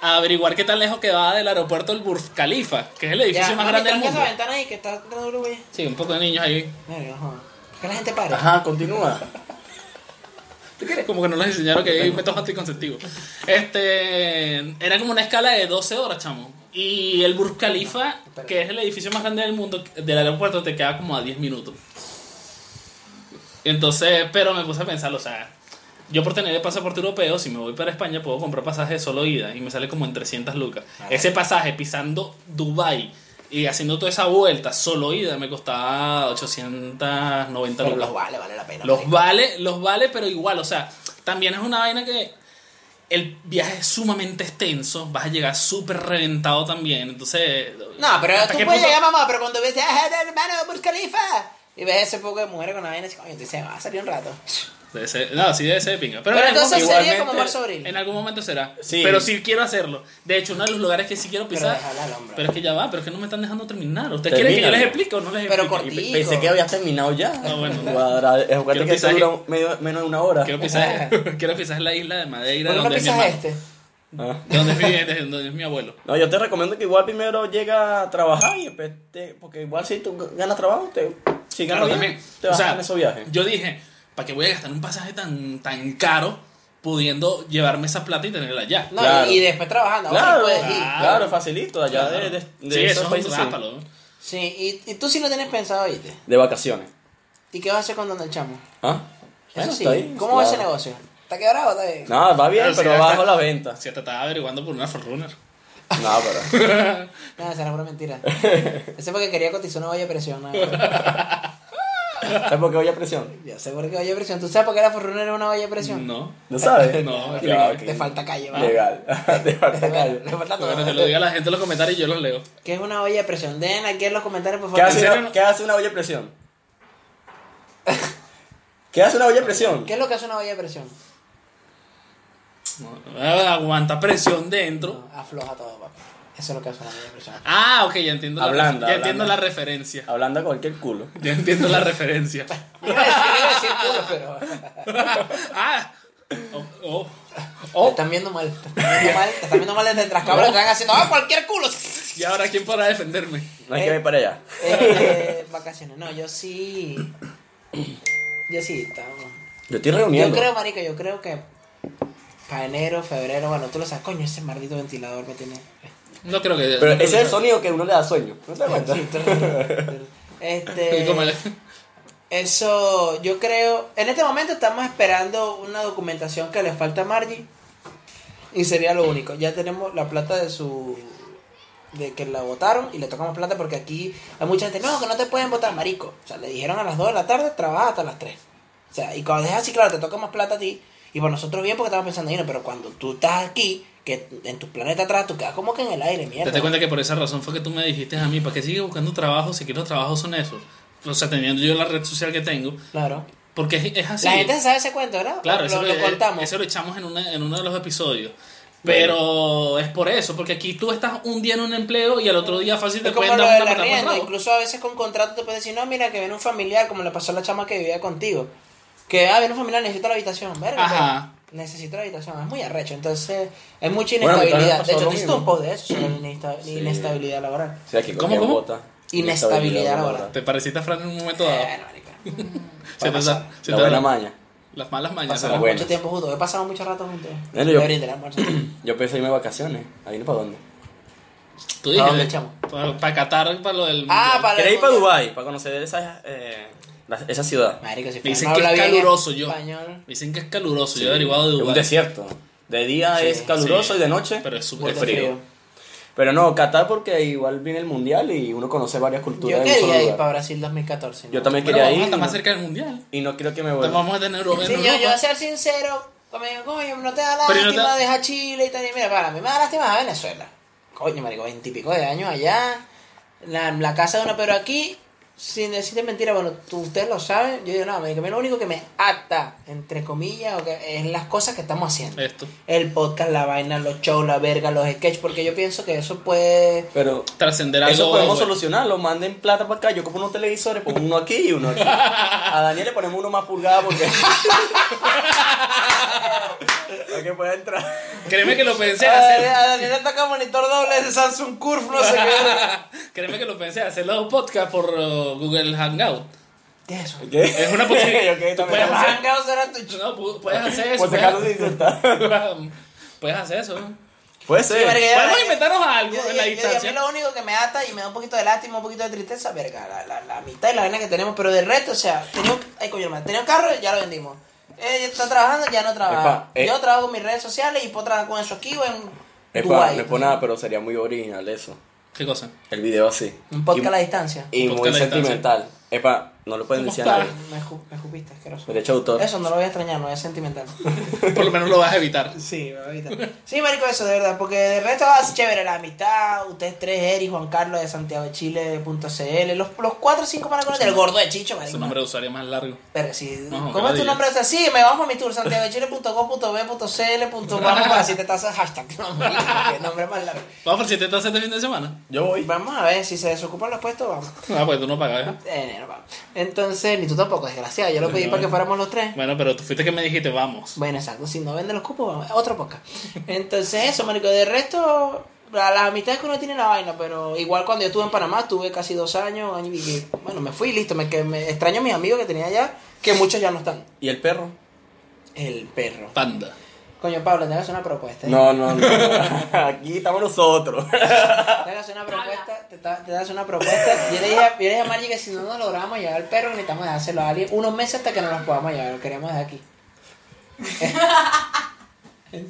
F: a averiguar qué tan lejos quedaba del aeropuerto el Burj Khalifa, que es el edificio más
B: Ya, mami,
F: grande del
B: tranca esa
F: mundo.
B: ventana ahí que está entrando duro, güey.
F: Sí, un poco de niños ahí.
B: Verga, ajá. ¿Por qué la gente para?
D: Ajá, continúa.
F: Como que no les enseñaron que hay métodos anticonceptivos. Este, era como una escala de 12 horas, chamo. Y el Burj Khalifa, que es el edificio más grande del mundo, del aeropuerto, te queda como a 10 minutos. Entonces, pero me puse a pensar, o sea, yo por tener el pasaporte europeo, si me voy para España, puedo comprar pasaje de solo ida y me sale como en 300 lucas. Ese pasaje pisando Dubai y haciendo toda esa vuelta solo ida me costaba 890
B: Pero
F: lucas.
B: los vale, vale la pena.
F: Los
B: marico.
F: vale, los vale, pero igual, o sea, también es una vaina que el viaje es sumamente extenso, vas a llegar súper reventado también, entonces...
B: No, pero
F: ¿hasta
B: tú
F: qué
B: puedes
F: punto?
B: llegar, mamá, pero cuando ves, ah, hermano, Burj Khalifa. Y ves ese poco de mujeres con la vaina, así, coño, entonces se va a salir un rato.
F: Debe ser- no, sí debe ser de pinga. Pero,
B: Pero
F: en, algún
B: entonces
F: momento,
B: sería como
F: igualmente,
B: marzo, abril.
F: en algún momento será.
D: Sí.
F: Pero sí quiero hacerlo. De hecho, uno de los lugares que sí quiero
B: Pero
F: pisar...
B: déjala al hombre.
F: Pero es que ya va, pero es que no me están dejando terminar. ¿Ustedes quieren que yo les
D: Termínalo.
F: explique o no les
B: Pero
F: explique?
B: cortito.
D: Pe- Pensé que habías terminado ya.
F: No, Ah, bueno.
D: Cuadra- eh, acuérdate
F: Quiero
D: que esto
F: pisar-
D: dura medio- menos de una hora.
F: Quiero pisar, [laughs] quiero pisar la isla de Madeira,
B: ¿Por qué no
F: donde es, mi
B: pisas
F: hermano,
B: este?
D: Ah.
F: donde, es mi, [laughs] desde donde es mi abuelo.
D: No, yo te recomiendo que igual primero llega a trabajar y después te- porque igual si tú ganas trabajo, te, si ganas
F: Claro,
D: bien,
F: también.
D: te
F: o
D: vas
F: sea,
D: en esos viajes.
F: Yo dije, ¿para qué voy a gastar un pasaje tan, tan caro pudiendo llevarme esa plata y tenerla allá?
B: No,
D: Claro.
B: y, y después trabajando, pues, ahora
D: Claro,
B: sí puedes ir.
D: claro,
F: Claro.
D: facilito, allá de, de, de
F: Ah. sí,
D: esos
F: eso es un
D: países, sí.
F: rápalo.
B: Sí, y, y tú sí lo tienes pensado, ¿viste?
D: De vacaciones.
B: ¿Y qué vas a hacer con Donald Chamo?
D: ¿Ah?
B: Eso sí,
D: está ahí,
B: ¿cómo va ese
D: claro.
B: negocio? ¿Está quebrado o está bien?
D: No, va bien,
F: Claro,
D: pero
F: sí,
D: bajo
F: está-
D: la venta.
F: Si hasta estaba averiguando por una Forerunner.
D: No, pero.
B: No, esa era una
F: [laughs]
B: mentira. Ese porque quería cotizar una olla de presión. nada más.
D: ¿Sabes por qué voy a
F: [laughs]
D: presión?
B: Yo sé por qué olla de presión. ¿Tú sabes por qué la Forrunner era una olla de presión?
F: No. Ah,
D: ¿No
F: [laughs]
D: sabes?
F: No,
D: Ya,
F: claro,
D: ok.
B: Te falta calle, ¿vale?
D: Legal. Te falta callo.
B: Le falta
F: Bueno, te
B: todo.
F: lo diga a la gente en los comentarios y yo los leo.
B: ¿Qué es una olla de presión? Den aquí en los comentarios, por
D: ¿Qué
B: favor.
D: hace,
F: serio
D: una,
F: no?
D: ¿Qué hace una olla de presión? ¿Qué hace una olla de presión?
B: ¿Qué es lo que hace una olla de presión?
F: No, aguanta presión dentro.
B: No, afloja todo, papá. Eso es lo que hace una olla de presión.
F: Ah, ok, ya entiendo,
D: Ablanda,
F: la, ya
D: ablanda.
F: entiendo la referencia.
D: Hablando cualquier culo.
F: Ya entiendo la
D: [laughs]
F: referencia.
B: [laughs]
F: [laughs]
B: Iba a decir- iba a decir culo, pero.
F: ah, oh, oh.
B: Te están viendo mal. Te están viendo mal, te están viendo mal desde tras cámaras. Te están haciendo ¡Ah, cualquier culo!
F: Y ahora, ¿quién podrá defenderme?
D: No hay que ver para allá.
B: Eh, vacaciones. No, yo sí. Yo sí, estamos.
D: Yo estoy
B: Yo
D: reuniendo.
B: creo, marico, yo creo que. Para enero, febrero, bueno, tú lo sabes, coño, ese maldito ventilador me tiene.
F: No creo que. no
D: Pero
F: creo
D: ese es el
F: que-
D: sonido que uno le da sueño. ¿No te das cuenta?
B: [laughs] Sí, tú
F: [laughs]
B: eres- este.
F: Como el-
B: Eso, yo creo. En este momento estamos esperando una documentación que le falta a Margie. Y sería lo único. Ya tenemos la plata de su de que la votaron y le tocamos plata porque aquí hay mucha gente, no, que no te pueden votar, marico. O sea, le dijeron a las 2 de la tarde, trabaja hasta las 3. O sea, y cuando es así, claro, te toca más plata a ti. Y por nosotros bien porque estamos pensando, "Mira, pero cuando tú estás aquí, que en tu planeta atrás, tú quedas como que en el aire, mierda.
F: Date cuenta que por esa razón fue que tú me dijiste a mí, ¿para qué sigue buscando trabajo si aquí los trabajos son esos? O sea, teniendo yo la red social que tengo,
B: Claro.
F: porque es, es así.
B: La gente se sabe ese cuento, ¿verdad?
F: Claro,
B: lo,
F: eso,
B: lo
F: eh,
B: contamos.
F: eso lo echamos en, una- en uno de los episodios. Pero es por eso, porque aquí tú estás un día en un empleo y al otro día fácil te
B: Es como
F: pueden
B: lo
F: dar
B: de
F: una
B: la
F: patada por el
B: rienda.
F: rabo.
B: Incluso a veces con contrato te puedes decir, no, mira, que viene un familiar, como le pasó a la chama que vivía contigo. Que, ah, viene un familiar, necesita la habitación. Verga,
F: Ajá.
B: pero Necesito la habitación. Es muy arrecho. Entonces, hay mucha
D: Bueno, a mí también me
B: inestabilidad.
D: pasó
B: de hecho,
D: lo
B: te hiciste un
D: mismo.
B: post de eso, sobre la inesta- inestabilidad laboral.
D: Sí, aquí
F: ¿Cómo,
D: cualquier
F: cómo?
D: bota.
B: Inestabilidad laboral.
F: Te pareciste a Fran en un momento dado.
B: Bueno, marica.
F: Se te da-
D: Pasa-
F: se
D: La
F: te
D: buena
F: da-
D: maña.
F: Las malas mañas.
D: Pasa
F: ¿no?
D: la buena.
B: Mucho tiempo juntos. He pasado mucho rato juntos.
D: Bueno, yo-
B: Me brindé
F: [clears throat]
B: la almuerzo.
D: Yo pensé irme de vacaciones. Ahí no para dónde.
F: Tú
B: ¿A dónde,
F: dijiste.
B: chamo?
F: Para, para Qatar, para lo del.
B: Ah,
F: mundial.
B: para
D: Quería
B: el
D: ir para
B: mundial.
D: Dubái, para conocer esa, eh, la- esa ciudad.
B: Marica, si Fran
F: Dicen
B: no
F: que
B: habla
F: es
B: bien
F: caluroso yo.
B: Español.
F: Dicen que es caluroso. Yo he averiguado de
D: Es Un
F: Dubái.
D: desierto. De día
B: Sí,
D: es caluroso
F: Sí,
D: y de noche
F: Pero es súper
D: es
B: Muerto
F: frío.
D: frío. Pero no, Qatar porque igual viene el mundial y uno conoce varias culturas
B: Yo
D: en un solo
B: quería ir
D: lugar.
B: para Brasil 2014. ¿no?
D: Yo también
F: Bueno,
D: quería
F: vamos a
D: ir.
F: estar
D: y
F: más
D: no-
F: cerca del mundial.
D: Y no quiero que me
F: Entonces
D: vuelva.
F: vamos a tener Euro- en
B: Sí, yo,
F: Europa.
B: yo voy a ser sincero, como digo, coño, no te da
F: Pero no te-
B: lástima, deja Chile y tal. Y mira, para mí me da lástima a Venezuela. Coño, marico, veintipico de años allá, la, la casa de uno, pero aquí, sin decirte mentira, bueno, tú, ustedes lo saben, yo digo, no, marico, a mí lo único que me ata, entre comillas, o que- es las cosas que estamos haciendo.
F: Esto.
B: El podcast, la vaina, los shows, la verga, los sketches, porque yo pienso que eso puede...
D: Pero
F: Trascender algo.
D: eso podemos
F: bueno.
D: solucionarlo. Manden plata para acá. Yo compro unos televisores, pongo uno aquí y uno aquí. A Daniel le ponemos uno más pulgada porque. [laughs] para que pueda entrar.
F: Créeme
D: [laughs]
F: que lo pensé
B: A
F: hacer.
D: Ah,
B: Daniel le toca monitor doble de Samsung Curve, no sé qué.
F: Créeme que lo pensé hacer los podcasts por uh, Google Hangout.
B: ¿Qué
F: [laughs]
B: es eso?
D: ¿Qué?
F: Es una posibilidad.
D: [laughs] Ok,
F: Tú
D: también.
F: puedes hacer-
B: Hangouts era tu
F: No, pu- puedes hacer eso.
D: Por si
F: puedes-
D: acaso sí se está.
F: [laughs] Puedes hacer eso. ¿no?
D: Puede ser.
B: marica, ya-
F: Podemos inventarnos algo
B: Yo,
F: en la
B: yo- yo- a mí
F: distancia.
B: lo único que me ata y me da un poquito de lástima, un poquito de tristeza, verga, la, la, la mitad y la vaina que tenemos, pero del resto, o sea, tenía, un- ay, coño, hermano, tenía un carro, ya lo vendimos. Ella está trabajando, ya no trabaja.
D: Epa, eh.
B: Yo trabajo en mis redes sociales y puedo trabajar con eso aquí o en
D: Epa,
B: Dubái.
D: no es por nada, pero sería muy original eso.
F: ¿Qué cosa?
D: El video así.
B: Un podcast a la
D: y,
B: distancia.
D: y
F: podcast a
D: muy
F: la distancia.
D: sentimental. Epa, no lo pueden
F: ¿Cómo
D: decir a
F: está?
D: nadie.
B: Me, escu- me escupiste, asqueroso.
D: Derecho de autor.
B: Eso no lo voy a extrañar, no es sentimental.
F: Por lo menos lo vas a evitar.
B: Sí, ahorita.
F: [laughs]
B: Sí, marico, eso, de verdad, porque de resto va a ser chévere la amistad, ustedes tres, Eric, Juan Carlos de Santiago de Chile, punto CL, los, los cuatro o cinco maracones del gordo de Chicho,
F: Es
B: marico.
F: un nombre de usuario más largo.
B: Pero si,
F: No,
B: ¿cómo es
F: maravilla.
B: tu nombre? O sea, sí, me bajo a mi tour, santiago de Chile.com.b.cl,
F: [laughs]
B: punto, vamos para si te tasas hashtag, no, marico, qué nombre más largo.
F: Vamos por si te estás este fin de semana.
D: Yo voy.
B: Vamos a ver si se desocupan los puestos, vamos.
F: Ah, pues tú no pagas. ¿eh?
B: Eh, no, vamos. Entonces, ni tú tampoco, desgraciado, yo lo pedí
F: No.
B: para que fuéramos los tres.
F: Bueno, pero tú fuiste que me dijiste, vamos.
B: Bueno, exacto. Si no venden los cupos, vamos, otro podcast. Entonces, eso, marico. De resto, la- las amistades que uno tiene la vaina, pero igual cuando yo estuve en Panamá, tuve casi dos años, año y que- bueno, me fui, listo. Me, que- me extraño a mis amigos que tenía allá, que muchos ya no están.
D: ¿Y el perro?
B: El perro.
F: Panda.
B: Coño, Pablo, te hagas una propuesta. ¿eh?
D: No, no, [laughs] no. Aquí estamos nosotros.
B: Te hagas una propuesta, te, ta- te das una propuesta. Yo le, dije a, yo le dije a Margie que si no nos logramos llevar al perro, necesitamos dejárselo a alguien unos meses hasta que no nos podamos llevar, lo queremos dejar aquí.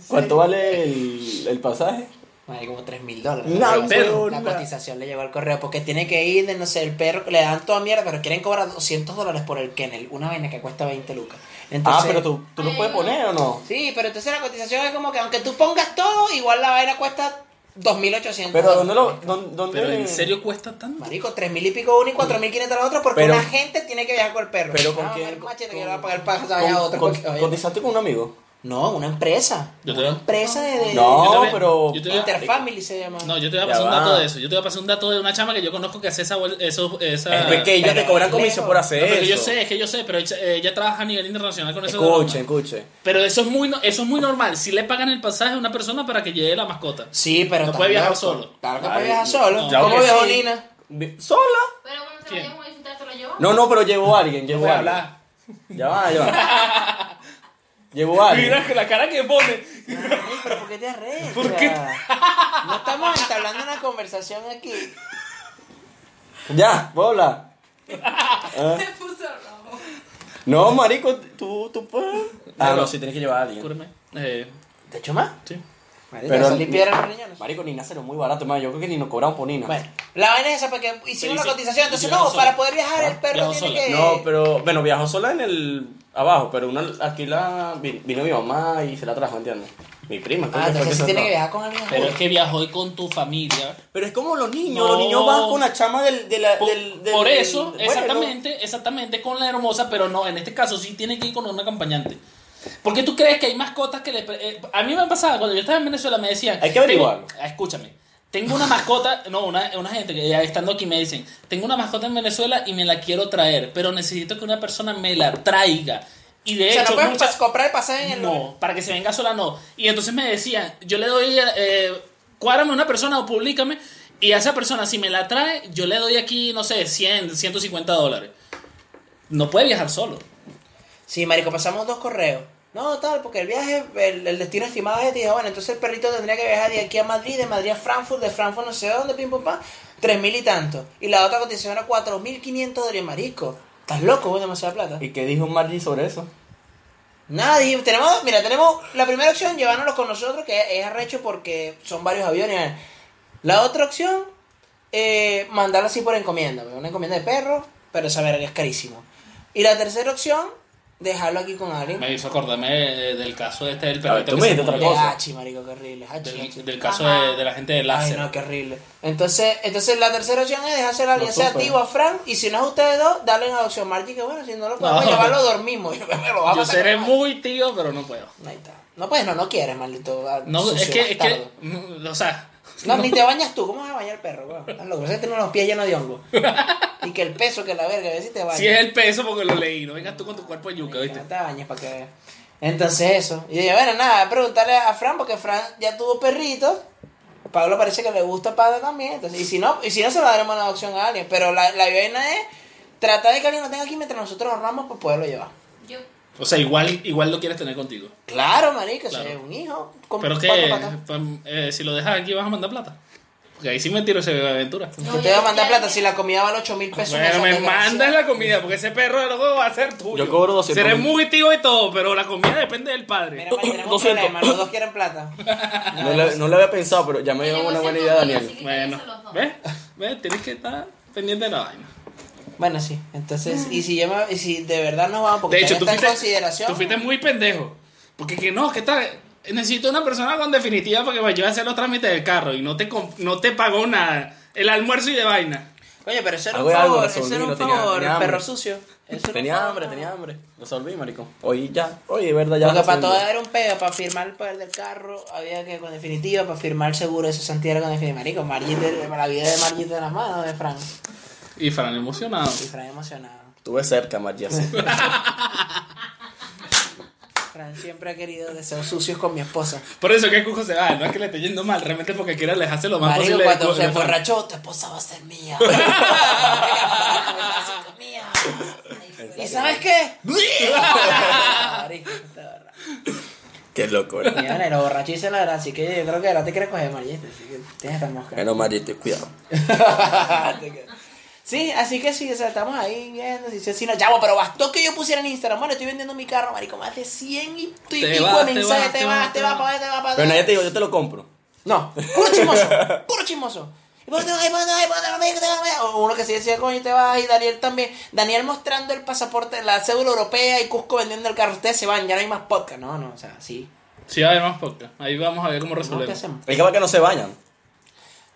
D: ¿Cuánto vale el, el pasaje?
B: Vale, como 3 mil dólares.
D: No,
B: La cotización-
D: huevona.
B: La cotización le llegó al correo porque tiene que ir, de, no sé, el perro que le dan toda mierda, pero quieren cobrar 200 dólares por el kennel, una vaina que cuesta 20 lucas. Entonces,
D: ah, pero tú, tú lo puedes poner o no?
B: Sí, pero entonces la cotización es como que aunque tú pongas todo, igual la vaina cuesta 2.800
D: Pero ¿dónde lo.?
B: dólares.
D: dónde- dónde-
F: Pero en serio cuesta tanto.
B: Marico, 3.000 y pico uno y 4.500 la otra porque
D: Pero-
B: una gente tiene que viajar con el perro.
D: Pero con
B: Ah,
D: quién-
B: marico, machete, que
D: con-
B: yo le voy a pagar el pago, se vaya a
D: Con-
B: otro
D: con-
B: porque- oye,
D: ¿Cotizaste con un amigo?
B: No, una empresa.
F: Yo te
B: una
F: veo.
B: empresa de... de-
D: No,
F: Yo te voy-
D: pero.
F: yo te voy a-
B: Interfamily se llama.
F: No, yo te voy a
D: Ya
F: pasar un
D: va.
F: dato de eso. Yo te voy a pasar un dato de una chama que yo conozco que hace esa. vuel- Eso, esa...
D: Es que ellos
B: Pero-
D: te cobran comisión por hacer
F: No, pero
D: eso.
F: yo sé, es que yo sé, pero ella, ella trabaja a nivel internacional con eso. de
D: Escuchen,
F: broma.
D: escuchen.
F: Pero eso es muy no- eso es muy normal. Si le pagan el pasaje a una persona para que lleve la mascota.
B: Sí, pero.
F: No
B: estás
F: puede viajar
B: loco.
F: solo.
B: Claro que
D: Ay,
B: puede viajar solo.
F: no.
B: ¿Cómo
D: Claro que
B: viajó
D: sí.
B: Nina?
D: Vi- ¿Sola?
G: Pero cuando te
F: ¿Quién?
G: vayamos a disfrutar, te lo llevamos.
D: No, no, pero llevó a alguien, llevó
F: Voy
D: a
F: a
D: alguien.
F: hablar.
D: Ya va, ya va. [laughs] Llevó a alguien.
F: la cara que pone.
B: Ay, pero ¿por qué te arrestas?
F: [laughs] ¿Por qué?
B: No estamos entablando una conversación aquí.
D: Ya, ¿puedo
G: [laughs]
D: hablar?
G: Se puso rojo.
D: No, marico, tú, tú puedes. Ah, no, sí, tienes que llevar a alguien.
F: Cúrame. Eh,
B: ¿Te echo más?
F: sí.
B: Marico,
D: Pero-
B: se limpiaron los riñones.
D: Marico, Nina era muy barato, man. Yo creo que ni nos cobramos por Nina.
B: Bueno, la vaina es esa porque hicimos
F: Pero
B: la
F: hice-
B: cotización. Entonces,
F: llegaron
B: no,
F: sola.
B: para poder viajar, el perro
F: Llegaron
B: tiene
F: sola.
B: que. Ah,
D: No, pero bueno, viajó sola en el abajo, pero una, aquí la vi- vino mi mamá y se la trajo, ¿entiendes? Mi prima, creo
B: Ah,
D: que fue
B: entonces
D: que
B: sí
D: se
B: tiene
D: trajo.
B: que viajar con alguien.
F: Pero es que viajó con tu familia.
D: Pero es como los niños,
F: No.
D: los niños van con la chama del, de la-
F: Por,
D: del, del-
F: por eso,
D: bueno,
F: exactamente, exactamente con la hermosa, pero no, en este caso sí tiene que ir con un acompañante. Porque tú crees que hay mascotas que le... pre- eh, a mí me pasaba, cuando yo estaba en Venezuela me decían...
D: Hay que averiguarlo.
F: "Tengo- ah, escúchame, tengo una mascota, no, una, una gente que ya estando aquí me dicen, tengo una mascota en Venezuela y me la quiero traer, pero necesito que una persona me la traiga. Y de
B: o sea,
F: hecho,
B: no puedes
F: muchas-
B: pas- comprar el pasaje en el.
F: no, para que se venga sola no. Y entonces me decían, yo le doy, eh, cuádrame una persona o públicame y a esa persona si me la trae, yo le doy aquí, no sé, 100, 150 dólares. No puede viajar solo.
B: Sí, marico, pasamos dos correos. No, tal, porque el viaje, el, el destino estimado es, dije, bueno, entonces el perrito tendría que viajar de aquí a Madrid, de Madrid a Frankfurt, de Frankfurt no sé dónde, pim, pum, pam, tres mil y tanto. Y la otra cotización era cuatro mil quinientos dólares, marico. ¿Estás loco? Es demasiada plata.
D: ¿Y qué dijo Margie sobre eso?
B: Nada, dijimos, tenemos, mira, tenemos la primera opción, llevárnoslos con nosotros, que es arrecho porque son varios aviones. La otra opción, eh, mandarlo así por encomienda, una encomienda de perro, pero esa verga es carísimo. Y la tercera opción, dejarlo aquí con alguien.
F: Me hizo acordarme eh, del caso este del
D: A ver,
F: perrito.
D: tú
F: que se
D: me dijiste otra
F: murió.
B: De
D: cosa.
B: hachi, marico, qué horrible, hachi, hachi.
F: Del, del caso de, de la gente de
B: Ay,
F: Láser.
B: no, qué horrible. Entonces, entonces la tercera opción es dejársela
D: No
B: ya sea a
D: supe.
B: ti o a Frank, y si no es a ustedes dos, darle en adopción. Margie, que bueno, si no lo podemos
F: No.
B: llevarlo, dormimos. [laughs] Yo, me lo vamos
F: Yo
B: a sacar.
F: seré muy tío, pero no puedo.
B: Ahí está. No, pues no, no quieres, maldito. ah,
F: No,
B: sucio
F: es que, es que, [laughs]
B: bastardo.
F: mm, o sea,
B: No, ni te bañas tú. ¿Cómo vas a bañar el perro, weón? Estás loco. Ese tiene los pies llenos de
F: [laughs]
B: hongo. Y que el peso, que la verga, a ver si te bañas.
F: si es el peso porque lo leí, no vengas tú con tu cuerpo de yuca, ¿viste?
B: No te bañes para que veas. Entonces, eso. Y yo, bueno, nada, preguntarle a Fran, porque Fran ya tuvo perritos. Pablo parece que le gusta a Pablo también. Entonces, y si no, y si no se lo daremos una adopción a alguien. Pero la, la vaina es tratar de que alguien lo tenga aquí mientras nosotros ahorramos para poderlo llevar.
G: Yo.
F: O sea, igual, igual lo quieres tener contigo.
B: Claro, marico,
F: Claro.
B: si es un hijo. con
F: Pero
B: cuatro
F: que
B: patas.
F: pam, eh, si lo dejas aquí vas a mandar plata. Porque ahí sí me tiro ese aventura.
G: No,
B: Que
G: yo
B: te iba a
G: no
B: mandar
G: quiero.
B: plata si la comida vale 8 mil pesos.
F: Bueno,
B: no
F: me
B: seas desgraciado.
F: mandas la comida, porque ese perro de los huevos va a ser tuyo.
D: Yo cobro 200
F: Seré
D: mil.
F: muy tío y todo, pero la comida depende del
B: Mira,
F: padre.
B: Mari, tenemos
D: Lo
B: un
D: siento.
B: problema, los dos
F: [laughs]
B: quieren plata.
D: No le, no le había pensado, pero ya me dio
G: Tenemos
D: una buena
G: el
D: idea,
G: convenio,
D: Daniel.
G: así que
F: Bueno,
G: quédense los dos.
F: ¿ves? ¿Ves? Tienes que estar pendiente de la vaina.
B: Bueno, sí, entonces, y si, yo me- y si de verdad nos vamos, porque
F: De hecho, tú
B: también está
F: fuiste,
B: en consideración.
F: tú fuiste muy pendejo. Porque que no, que tal. Necesito una persona con definitiva para que me ayude a hacer los trámites del carro y no te, comp- no te pagó nada. El almuerzo y de vaina.
B: Coño, pero eso era un
D: Hago algo,
B: favor,
D: resolví,
B: eso era un
D: no tenía-
B: favor,
D: tenía hambre.
B: perro sucio. Eso era un
D: Tenía
B: favor.
D: hambre, tenía hambre. Resolví, marico. Hoy ya, hoy de verdad ya.
B: Porque para
D: resolví.
B: todo era un pedo, para firmar el poder del carro, había que con definitiva, para firmar el seguro de su santidad con definitiva. Marico, Margit de- la vida de Margit de las manos de Fran.
F: Y Fran emocionado.
B: Y Fran emocionado.
D: Estuve cerca,
B: [laughs]
D: Margie, así.
B: Fran siempre ha querido deseos sucios con mi esposa.
F: Por eso que Cujo se va, no es que le esté yendo mal, realmente porque quiere alejarse lo más
B: Marico,
F: posible. de
B: cuando
F: Cu-
B: se
F: de Fran.
B: emborrachó, tu esposa va a
F: [laughs]
B: ser mía.
G: Mía. Ay,
B: ¿Y
F: [laughs]
B: sabes qué? Marico, está borracho.
D: Qué loco, ¿verdad?
B: Y bueno, y los borrachos dicen la verdad, así que yo creo que ahora te quieres coger Mariette, así que tienes esta
D: [laughs]
B: mosca.
D: Bueno, Margie, te cuidado.
B: Te quedas. sí, así que sí, o sea, estamos ahí viendo, si, si nos llamo, pero bastó que yo pusiera en Instagram, bueno, estoy vendiendo mi carro, marico, más de 100 y tu- y
F: Te
B: pico
F: vas,
B: de
F: te
B: mensajes,
F: vas,
B: te vas, te vas, para allá, te vas, para
D: Pero
B: allá.
D: nadie te dijo, yo te lo compro.
B: No, puro
D: [laughs]
B: chismoso, puro chismoso. Y pues, por otro, ay, por otro, ay, por otro, amigo, te vas, amigo. Uno que sí decía, coño, y te vas, y Daniel también. Daniel mostrando el pasaporte, la cédula europea y Cusco vendiendo el carro. Ustedes se van, ya no hay más podcast. No, no, o sea, sí.
F: Sí, va a haber más podcast. Ahí vamos a ver cómo
B: No, ¿Qué
F: resolvemos.
B: hacemos?
D: Es que para que no se bañan.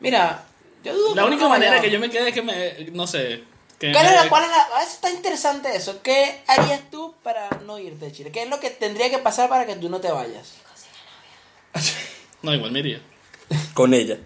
B: Mira, yo dudo
F: La
B: que
F: única
B: nunca
F: manera
B: vaya-
F: que yo me quede es que me. No sé. Que
B: ¿Cuál es
F: me-
B: la, cuál es la- ah, eso está interesante eso. ¿Qué harías tú para no irte de Chile? ¿Qué es lo que tendría que pasar para que tú no te vayas?
F: No, igual me
B: [laughs]
F: iría.
D: Con ella.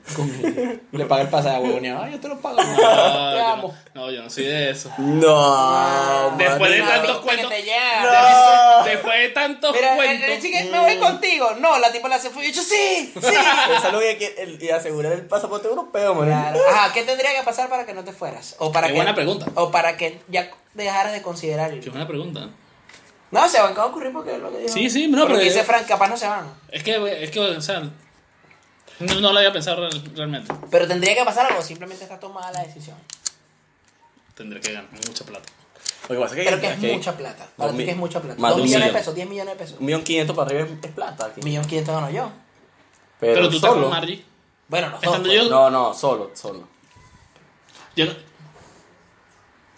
B: Le paga el pasaje a huevoneo. Ay, yo [laughs] te lo pago.
F: Ah,
B: te
F: yo
B: amo.
F: No, no, yo no soy de eso.
D: No.
F: Después de
B: no,
F: tantos
B: viste
F: cuentos.
B: que te
F: Después- Después de tantos
B: Mira, eh, el, el
F: cuentos. Mm.
B: chico, me voy contigo. No, la tipa le hace fui. Yo, sí, sí.
D: Esa lo que el- y asegurar el pasaporte europeo, man.
B: Claro. Ajá, ¿qué tendría que pasar para que no te fueras? O para
F: Qué
B: que,
F: buena pregunta.
B: O para que ya dejaras de considerar
F: Qué
B: ir.
F: buena pregunta.
B: No, se van a ocurrir porque es lo que dijo.
F: Sí, sí, no,
B: Porque
F: pero-
B: dice Frank, capaz no se van.
F: Es que, es que o sea. No, no lo había pensado real- realmente.
B: Pero tendría que pasar algo, simplemente está tomada la decisión.
F: Tendré que ganar mucha plata.
D: Lo que pasa es que.
B: Pero que es
D: que
B: mucha plata. Para
D: Dos
B: ti que
D: mil-
B: es mucha plata.
D: más
B: Dos
D: de un
B: millones de
D: millón.
B: pesos, 10 millones de pesos.
D: Un millón quinientos para arriba es- es plata. Aquí.
B: Un millón quinientos gano yo.
D: Pero,
F: Pero, tú estás
D: solo.
F: con Margie.
B: Bueno, no.
F: Estando
B: pues.
F: yo.
D: No, no, solo, solo.
F: yo
B: ¿Eh?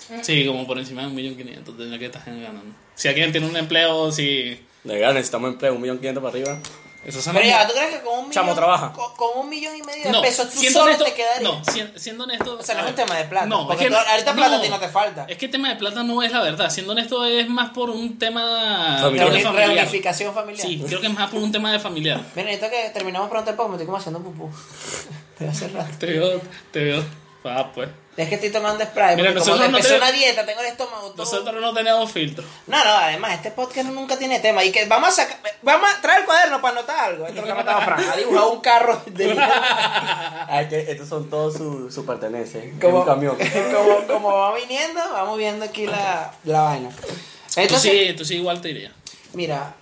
F: no- Sí, como por encima de un millón quinientos tendría que estar ganando. Si alguien tiene un empleo, si.
D: De verdad, necesitamos empleo, un millón quinientos para arriba.
F: Eso
B: Pero ya, ¿tú crees que con un millón,
D: Chamo, trabaja.
B: Con, con un millón y medio de
F: No,
B: pesos tú
F: siendo
B: solo
F: honesto,
B: te quedarías?
F: No, si- siendo honesto.
B: O sea, no
F: a
B: es un
F: ver,
B: tema de plata.
F: No,
B: porque
F: es que
B: tú- ahorita plata a ti
F: no.
B: no te falta.
F: Es que el tema de plata no es la verdad. Siendo honesto, es más por un tema.
D: Familiar.
F: creo que
B: Reuni-
F: familiar.
B: Reunificación familiar.
F: Sí, creo que es más por un tema de familiar.
B: Miren, esto que terminamos pronto el podcast, me estoy como haciendo pupú. [laughs] Te hace rato.
F: Te veo, te veo. Ah, pues.
B: Es que estoy tomando spray.
F: Mira,
B: porque como
F: nosotros no
B: empecé
F: tenemos-
B: una dieta, tengo el estómago todo.
F: Nosotros no tenemos filtro.
B: No, no, además, este podcast nunca tiene tema. Y que vamos a sacar. Vamos a traer el cuaderno para anotar algo. Esto es lo que ha matado a Fran. Ha dibujado un carro de [laughs] mierda.
F: [laughs]
D: Ay, que estos son todos sus su pertenencias. Es
B: como,
D: Un camión.
B: [laughs] como, como va viniendo, vamos viendo aquí la, la vaina.
F: Tú
B: Entonces,
F: sí, tú sí igual te diría.
B: Mira,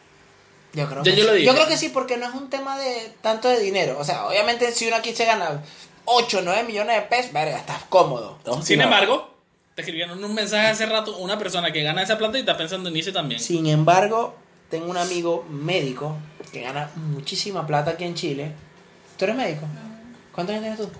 B: yo creo,
F: Ya
B: que
F: yo lo
B: sí.
F: dije.
B: creo que sí, porque no es un tema de tanto de dinero. O sea, obviamente si uno aquí se gana 8 o 9 millones de pesos, verga, estás cómodo.
D: Estamos
F: Sin
D: tirados.
F: embargo, te escribieron un mensaje hace rato una persona que gana esa plata y está pensando en irse también.
B: Sin embargo, tengo un amigo médico que gana muchísima plata aquí en Chile. ¿Tú eres médico? ¿Cuántos años tienes tú?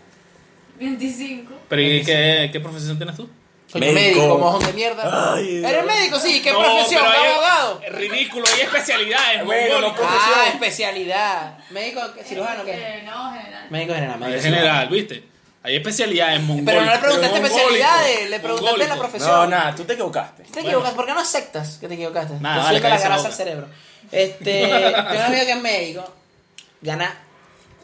G: 25.
F: Pero ¿y qué, qué profesión tienes tú?
B: Coño,
D: Médico.
B: mojón de mierda.
D: Ay,
B: ¿Eres médico? Sí, ¿qué
F: No,
B: profesión?
F: pero hay-
B: abogado?
F: es Ridículo, hay especialidades.
D: Bueno,
F: mongol.
D: no puedo-
B: Ah,
D: profesión.
B: especialidad. ¿Médico cirujano, ¿qué?
G: Eh, No, general.
B: Médico general, médico
F: Ah, En
B: cirujano.
F: general, ¿viste? Hay especialidades mongólicas.
B: Pero no le preguntaste
F: mongólico,
B: especialidades, le preguntaste la
F: mongólico.
B: profesión.
D: No, nada, tú te equivocaste.
B: Te equivocas, ¿por qué no aceptas que te equivocaste?
F: Nada,
B: Te
F: vale,
B: suelta la
F: cállese la boca.
B: grasa al cerebro. Este,
F: [laughs]
B: tengo un amigo que es médico, gana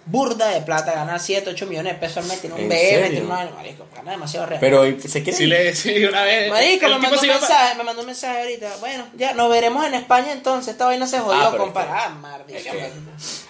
B: burda de plata, gana 7, 8 millones de pesos al mes, tiene un
D: ¿En
B: BM,
D: serio?
B: tiene una marico, gana demasiado real.
D: Pero ¿y se quiere
F: Sí,
D: ir?
F: le, sí, una vez.
B: marico,
F: el
B: me
F: tipo
B: mandó
F: se
B: un
F: iba pa-
B: mensaje, me mandó un mensaje ahorita. Bueno, ya, nos veremos en España entonces, esta vaina se
D: Ah,
B: jodió,
D: pero
B: compadre.
D: es que-
B: Ah, maldito.
D: es que-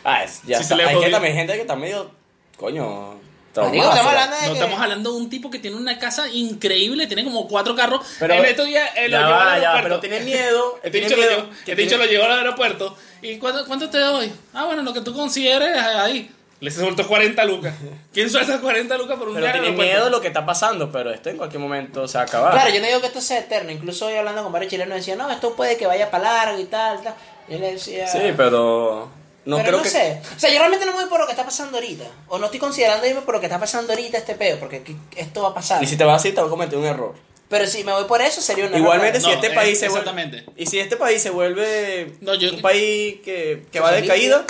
D: Ah, es- ya
F: Sí,
D: está.
F: se le
D: Hay
F: jodió.
D: que también gente que está medio. Coño.
B: Marico, estamos
D: traumada.
B: hablando de
F: No
B: que...
F: estamos hablando de un tipo que tiene una casa increíble, tiene como cuatro carros.
D: Pero-
F: en estos días eh, lo
D: Ya
F: llevó
D: va,
F: al
D: ya va,
F: aeropuerto.
D: pero tiene miedo.
F: [laughs] Este
D: tiene
F: dicho, lo
D: miedo,
F: llevó,
D: que
F: este
D: tiene-
F: bicho lo llevó al aeropuerto. ¿Y cuánto, cuánto te doy? Ah, bueno, lo que tú consideres ahí. Le soltó 40 lucas. ¿Quién suelta 40 lucas por un pues.
D: Pero
F: viaje al
D: tiene
F: aeropuerto?
D: miedo lo que está pasando, pero esto en cualquier momento se va a acabar.
B: Claro, yo no digo que esto sea eterno, incluso hoy hablando con varios chilenos decían, no, esto puede que vaya para largo y tal, tal. Yo le decía...
D: Sí, pero. No
B: pero
D: creo
B: no
D: que.
B: sé. O sea, yo realmente no me voy por lo que está pasando ahorita. O no estoy considerando irme por lo que está pasando ahorita este peo, porque aquí- esto va a pasar.
D: Y si te vas así, te vas a cometer un error.
B: Pero si me voy por eso, sería una.
D: Igualmente,
F: no,
D: si este
F: eh,
D: país se
F: exactamente.
D: vuelve. Y si este país se vuelve
F: No, yo-
D: un país que, que va de
B: Socialista.
D: caída.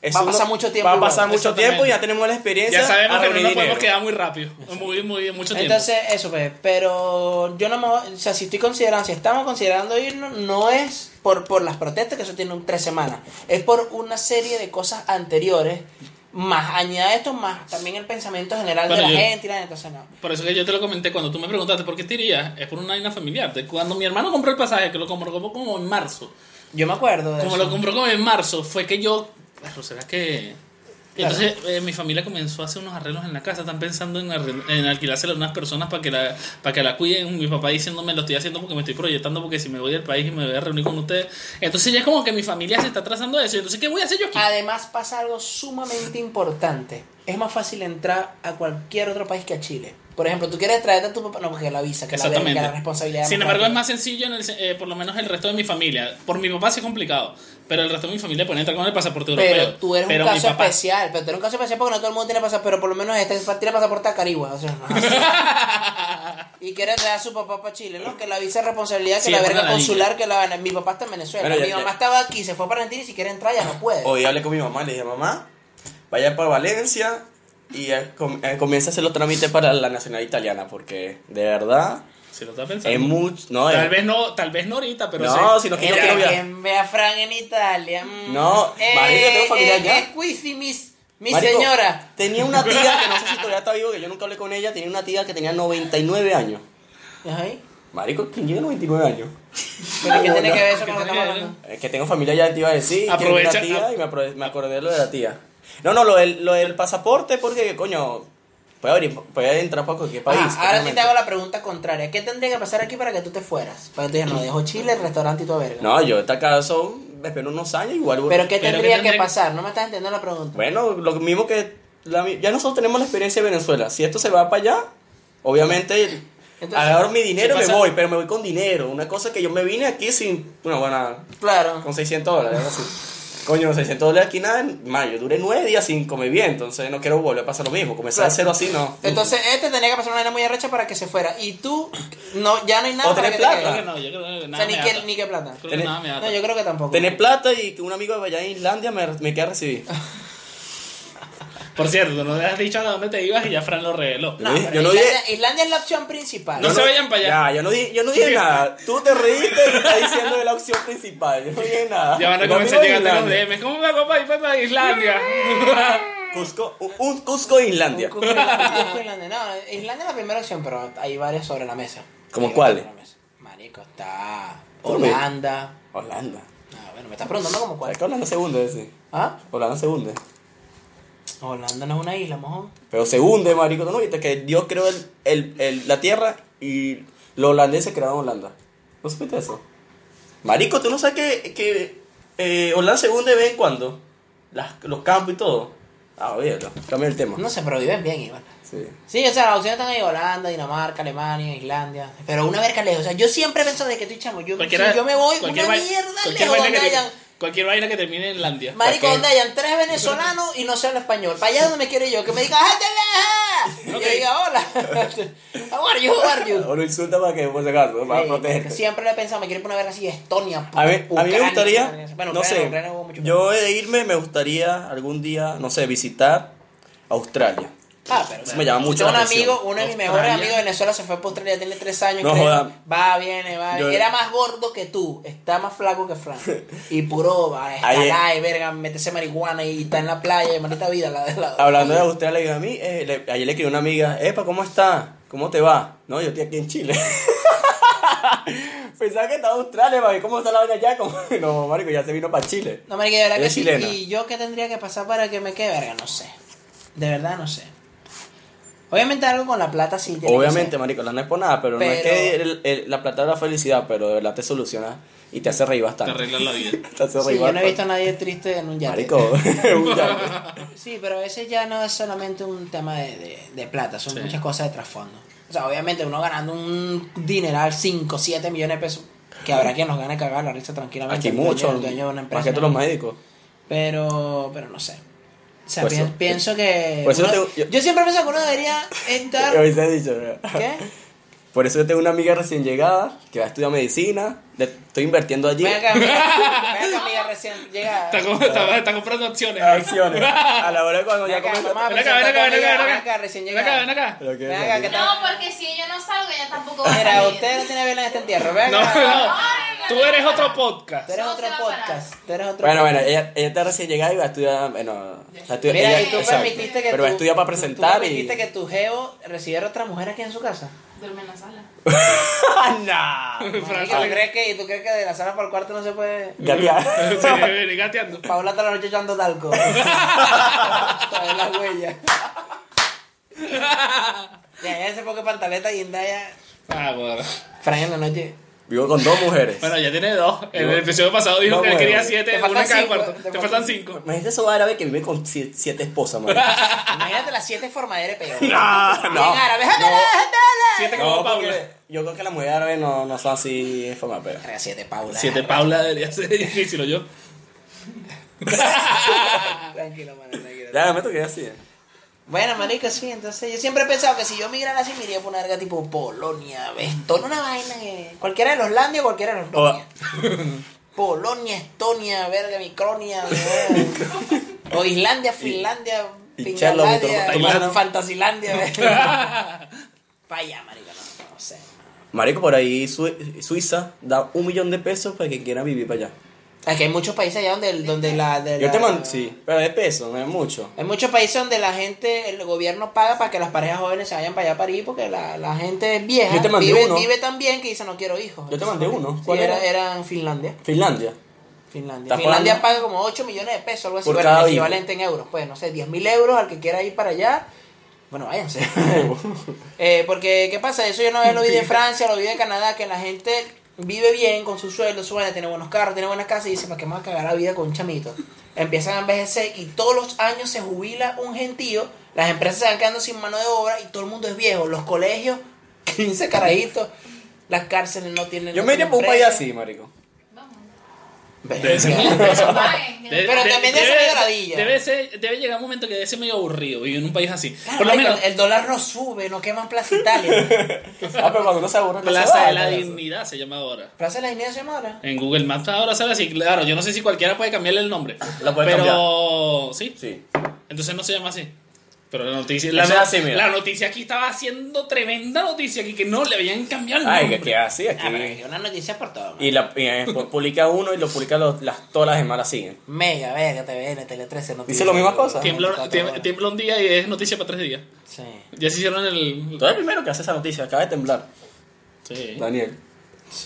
D: eso
B: Va a pasar
D: no-
B: mucho tiempo
D: Va a pasar
B: igual.
D: mucho tiempo y ya tenemos la experiencia.
F: Ya sabemos
D: a
F: que no
D: reunir
F: nos podemos
D: dinero.
F: quedar muy rápido. Muy, muy, mucho tiempo.
B: Entonces, eso pues. Pero yo no me voy. O sea, si estoy considerando, si estamos considerando irnos, no es por, por las protestas, que eso tiene un tres semanas. Es por una serie de cosas anteriores. Más añade esto, más también el pensamiento general
F: Bueno,
B: de la
F: yo-
B: gente y la gente. Entonces, no.
F: Por eso que yo te lo comenté cuando tú me preguntaste por qué te irías, es por una vaina familiar. De Cuando mi hermano compró el pasaje, que lo compró como, como en marzo,
B: Yo me acuerdo de
F: como
B: eso.
F: lo compró como en marzo, fue que yo, pero será que... Y
B: Claro.
F: Entonces eh, mi familia comenzó a hacer unos arreglos en la casa, están pensando en, arre- en alquilársela a unas personas para que, la, para que la cuiden. Mi papá diciéndome lo estoy haciendo porque me estoy proyectando, porque si me voy del país y me voy a reunir con ustedes. Entonces ya es como que mi familia se está trazando eso. Entonces, ¿qué voy a hacer yo aquí?
B: Además pasa algo sumamente importante. Es más fácil entrar a cualquier otro país que a Chile. Por ejemplo, tú quieres traerte a tu papá, no, porque la visa, que la, verga, que la responsabilidad.
F: Sin embargo, es más sencillo, en el se- eh, por lo menos el resto de mi familia. Por mi papá sí es complicado, pero el resto de mi familia puede entrar con el pasaporte europeo.
B: Pero tú eres
F: Pero
B: un
F: mi
B: caso
F: papá-
B: especial. Pero tú eres un caso especial porque no todo el mundo tiene pasaporte. Pero por lo menos este tiene pasaporte a Carigua. o sea, no.
F: [laughs]
B: y quiere traer a su papá para Chile, ¿no? Que la visa es responsabilidad, que
F: Sí,
B: la
F: es
B: verga
F: una ladilla.
B: consular, que la vaina. Mi papá está en Venezuela.
D: Bueno, ya-
B: mi
D: ya-
B: mamá estaba aquí, se fue para Argentina y si quiere entrar ya no puede.
D: Hoy hablé con mi mamá, le dije, mamá, vaya para Valencia y eh, com- eh, comienza a hacer los trámites para la nacionalidad italiana, porque de verdad
F: Si lo está pensando.
D: es mucho. No,
F: tal,
D: es-
F: vez no, tal vez no ahorita, pero
D: no,
F: sí.
D: sino que
B: Eh,
D: yo quiero viajar.
B: quien ve a Fran en Italia. mm.
D: No, marico, yo tengo familia allá.
B: eh, squeezy, mis- mi
D: Marico,
B: señora.
D: Tenía una tía que no sé si todavía está vivo, que yo nunca hablé con ella, tenía una tía que tenía 99 años.
B: Ajá. ¿y?
D: Marico, ¿quién tiene 99 años?
B: ¿Pero qué tiene
D: Hola.
B: que ver eso con
F: ¿Qué
B: lo
F: tiene
B: que estamos
F: que ver?
B: hablando?
D: Es que tengo familia ya, te iba a decir. que era
F: Aprovecha-
D: una tía y me, apro- me acordé de lo de la tía. No, no, lo del, lo del pasaporte, porque coño, puede, abrir, puede entrar para cualquier país.
B: Ajá, Ah, ahora sí te
D: claramente.
B: hago la pregunta contraria. ¿Qué tendría que pasar aquí para que tú te fueras? Para que tú digas, no, dejo Chile, el restaurante y todo verga.
D: No, yo esta caso me espero unos años igual.
B: ¿Pero qué
F: ¿Pero qué
B: tendría que
F: tendría que-
B: pasar? No me estás entendiendo la pregunta.
D: Bueno, lo mismo que la mi- ya nosotros tenemos la experiencia de Venezuela. Si esto se va para allá, obviamente
B: Entonces,
D: agarro mi dinero y
F: ¿qué
D: me
F: pasa?
D: voy, pero me voy con dinero. Una cosa que yo me vine aquí sin una buena
B: Claro.
D: con 600 dólares, algo así. coño, 600 dólares aquí nada, mayo, duré 9 días sin comer bien, entonces no quiero volver a pasar lo mismo, comenzar de cero así, no.
B: Entonces, este tenía que pasar una vaina muy arrecha para que se fuera. Y tú, no, ya no hay nada
D: O
B: para que
D: tener
B: te
D: plata.
F: Creo que
B: quede.
F: no, yo creo que
B: O
F: nada
B: sea, ni
F: me
B: que,
F: ata.
B: ni que plata.
F: Creo que
D: Tener-
F: nada me ata.
B: No, yo creo que tampoco.
D: Tener plata y que un amigo de allá en Islandia me, me queda recibir.
F: Por cierto, tú no le has dicho a dónde te ibas y ya Fran lo reveló.
D: Yo no dije-
B: pero
D: yo no dije-
B: Islandia, Islandia es la opción principal.
F: No se vayan para allá.
D: Ya, yo no dije, yo no dije nada. Tú te reíste y estás diciendo de la opción principal. Yo no dije nada.
F: Ya van a
D: Mi
F: comenzar
D: amigo de
F: llegando los
D: Islandia.
F: DMs. ¿Cómo me copa y para
B: [laughs]
F: Islandia? [laughs]
D: Cusco, un- un Cusco de
B: Un
D: Islandia.
B: cuco Islandia. Un cuco Islandia. No, Islandia es la primera opción, pero hay varios sobre la mesa.
D: ¿Cómo
B: Hay varios
D: cuáles?
B: sobre la mesa. Marico, está
D: ¿Cómo?
B: Holanda.
D: Holanda.
B: Ah, bueno, me estás preguntando como cuál.
D: ¿Sabes que Holanda se hunde ese?
B: ¿Ah?
D: Holanda se hunde.
B: Holanda no es una isla, mojón.
D: Pero se hunde, marico. ¿Tú no viste que Dios creó el, el, el- la tierra y los holandeses crearon Holanda? ¿No supiste eso? Marico, ¿tú no sabes que, que eh, Holanda se hunde de vez en cuando? Las- los campos y todo. Ah, olvídalo. Cambia el tema.
B: No sé, pero viven bien igual.
D: Sí.
B: Sí, o sea, las opciones están ahí, Holanda, Dinamarca, Alemania, Islandia. Pero una verga lejos. O sea, yo siempre he pensado de que estoy chamo. Yo, si
F: Cualquiera-
B: yo me voy una
F: cualquier vai-
B: mierda
F: cualquier
B: lejos
F: vaina que
B: donde
F: te-
B: hayan.
F: Cualquier vaina que termine en Islandia.
B: Marico,
D: ¿Para qué?
B: donde hayan tres venezolanos y no se habla español. Para allá donde me quiero ir yo, que me diga, ¡ah, te vieja! Y
F: Ok.
B: yo diga, hola. [laughs] How are you? How are you?
D: O lo insulta para que, por si acaso, para
B: Sí,
D: protegerte.
B: Siempre lo he pensado, me quiero ir por una verga así, Estonia.
D: A, ver, a mí me
B: Ucrania,
D: gustaría,
B: Ucrania. Bueno,
D: no
B: Ucrania,
D: sé,
B: Ucrania hubo mucho
D: yo he de irme, me gustaría algún día, no sé, visitar Australia.
B: Ah, pero
D: Eso me llama mucho
B: Tengo
D: la
B: un
D: atención.
B: amigo, uno de mis
F: Australia.
B: mejores amigos de Venezuela se fue a Australia, tiene tres años.
D: No
B: creo.
D: joda.
B: Va, viene, va.
D: Yo-
B: viene. Era más gordo que tú, está más flaco que
D: [laughs]
B: Frank. Y puro, va,
D: Ahí-
B: escalar y verga, meterse marihuana y está en la playa, y maldita vida. La, la-
D: Hablando de Australia, yo a mí, eh, le- ayer le escribí a una amiga, Epa, ¿cómo está? ¿Cómo te va? No, yo estoy aquí en Chile. [laughs] Pensaba que estaba en Australia, mami, ¿cómo está la vaina allá? Como- [laughs] No, marico, ya se vino para Chile.
B: No, marica, de verdad
D: Ella
B: que
D: es
B: sí.
D: chilena.
B: ¿Y yo qué tendría que pasar para que me quede verga? No sé. De verdad, no sé. Obviamente algo con la plata sí tiene que
D: Obviamente,
B: ser.
D: marico, la no es por nada, pero, no es
B: Pero-
D: que el- el- la plata de la felicidad, pero de verdad te soluciona y te hace reír
F: Te
D: bastante.
F: arreglan la vida.
D: [laughs] Te hace
B: Sí,
D: reír
B: yo no he
D: bastante.
B: visto a nadie triste en un yate.
D: Marico,
B: [laughs]
D: [laughs] un yate.
B: Sí, pero ese ya no es solamente un tema de, de- de plata, son
F: Sí.
B: muchas cosas de trasfondo. O sea, obviamente uno ganando un dineral, 5, 7 millones de pesos, que habrá quien nos gane cagar la risa tranquilamente.
D: Aquí
B: el dueño-
D: mucho,
B: el dueño de una empresa,
D: más que todos los médicos.
B: Pero, pero no sé. O sea,
D: Por
B: pien-
D: Pues eso-
B: pienso que...
D: por eso
B: uno-
D: tengo-
B: yo,
D: yo-
B: siempre pienso que uno debería estar...
D: Yo hubiese dicho, ¿verdad?
B: ¿Qué?
D: Por eso yo tengo una amiga recién llegada que va a estudiar medicina, le estoy invirtiendo allí.
B: Ven acá, amiga. Ven acá, amiga, recién llegada.
F: Está, com- está- está comprando acciones.
D: Acciones. A la hora de cuando
B: Ven
D: ya
B: acá,
D: comienza.
B: mamá,
F: Ven acá, ven acá, ven acá, ven acá.
B: recién
F: Ven acá,
B: llegada.
F: ven acá.
D: Pero que-
B: Ven acá, ¿qué tal?
G: No, porque si yo no salgo, ella tampoco va a
B: Mira,
G: salir.
B: usted no tiene vela en este entierro. Ven
F: No,
B: acá.
F: no. Tú eres otro podcast.
B: Tú eres
G: No
B: otro
G: se va a parar.
B: podcast. Tú eres otro
D: Bueno,
B: podcast.
D: bueno, ella, ella está recién llegada y va a estudiar, bueno, va a estudiar-
B: Mira,
D: ella-
B: y tú
D: exacto.
B: permitiste que
D: Pero
B: tu-
D: va a estudiar para
B: tú-
D: presentar
B: tú permitiste
D: y...
B: que tu geo recibiera otra mujer aquí en su casa.
G: Duerme en la sala.
D: ¡Ah, no!
F: Fran
B: Marica, ¿tú
F: sale
B: crees que, ¿Tú crees que de la sala para el cuarto no se puede...? [laughs]
D: Gatea.
F: Sí, viene gateando.
B: Paula toda la noche echando
D: [laughs]
B: talco. Trae las huellas. Ya, ya se pone pantaleta y indaya.
F: Ah, bueno.
B: Fran en la noche.
D: Vivo con dos mujeres.
F: Bueno, ya tiene dos. En el episodio pasado dijo
D: No,
F: que él
D: bueno.
F: quería
B: Te
F: siete,
B: faltan
F: una en cada
B: cinco,
F: cuarto.
B: te
F: Te
B: faltan
F: faltan cinco.
D: Imagínate esos árabes que viven con si- siete esposas, madre.
B: Imagínate las siete formas de RPO.
D: No, no.
B: Ah, Bien árabe. ¡Játala, [laughs] játala!
F: Siete como
D: No,
F: Paula.
D: porque yo creo que las mujeres árabes no, no son así de forma pero.
B: Verga, Siete Paula.
F: Siete Paula debería ser difícil, ¿o yo?
B: Tranquilo, mano, tranquilo.
D: Ya, me toqué así.
B: Bueno, marico, sí, entonces yo siempre he pensado que si yo migrara así, me iría por una verga tipo Polonia, Estonia, una vaina que... Cualquiera de los Landia, cualquiera de los Estonia.
D: [laughs]
B: Polonia, Estonia, verga, Micronia, weón. o Islandia, Finlandia,
D: y Charlo,
B: Finlandia,
D: Victor, Tailandia. [laughs]
B: Fantasilandia, verga. Pa' allá, marico, no, no sé.
D: Marico, por ahí Sue- Suiza da un millón de pesos para quien quiera vivir para allá.
B: Aquí hay muchos países allá donde, donde la... de
D: Yo
B: la-
D: te mando, sí, pero de pesos, no es mucho.
B: Hay muchos países donde la gente, el gobierno paga para que las parejas jóvenes se vayan para allá a París porque la, la gente vieja
D: Yo te mandé
B: vive,
D: uno.
B: vive tan bien que dice no quiero hijos.
D: Yo te mandé uno.
B: Sí,
D: ¿Cuál
B: era?
D: era?
B: Era en Finlandia.
D: [laughs] Finlandia.
B: Finlandia,
D: ¿Estás
B: Finlandia
D: pagando?
B: paga como 8 millones de pesos, algo así,
D: Por
B: bueno,
D: cada hijo.
B: equivalente en euros. Pues no sé, 10 mil euros al que quiera ir para allá. Bueno,
D: [laughs]
B: váyanse. Eh, porque, ¿qué pasa? Eso yo no lo vi de Francia, lo vi de Canadá, que la gente vive bien con su sueldo, su vaina, tiene buenos carros, tiene buenas casas y dice, ¿para qué me voy a cagar la vida con un chamito? Empiezan a envejecer y todos los años se jubila un gentío, las empresas se van quedando sin mano de obra y todo el mundo es viejo, los colegios, [laughs] 15 carajitos, las cárceles no tienen...
D: Yo
B: no
D: me iría
B: tienen
D: por un país
B: precio.
D: así, marico.
G: Vamos.
F: Debe ser muy- [laughs]
G: Ay,
F: Debe-
B: Pero
F: de-
B: también debe ser medio ladilla.
F: Debe, ser- debe llegar un momento que debe ser medio aburrido vivir en un país así.
B: Claro,
F: Por lo
B: marico,
F: menos,
B: el dólar no sube, no queman Plaza Italia.
D: [laughs] Ah, pero cuando uno se aburre, no se
F: Plaza
D: va,
F: de la
D: ¿no?
F: Dignidad se llama ahora.
B: Plaza de la Dignidad se llama ahora.
F: En Google Maps Ah, ahora sale así. Claro, yo no sé si cualquiera puede cambiarle el nombre.
D: Lo puede
F: pero, ¿sí?
D: Sí.
F: Entonces no se llama así. Pero la noticia, la,
D: Eso es así, mira.
F: la noticia aquí estaba haciendo tremenda noticia aquí que no le habían cambiado el
D: Ay,
F: nombre.
D: que, que así,
B: Ah, pero hay
D: aquí.
B: una noticia por todo. man.
D: Y, la, y, eh, pu- publica uno y lo publica los- las, todas las demás la siguen.
B: Mega, Vega, TVN, Tele 13. noticias.
D: Dice las mismas cosas.
F: Tiembla,
B: Está todo
F: tiembla-
B: bueno.
F: tiembla un día y es noticia para tres días.
B: Sí.
F: Ya se hicieron el.
D: Tú eres el primero que hace esa noticia, acaba de temblar.
F: Sí.
D: Daniel.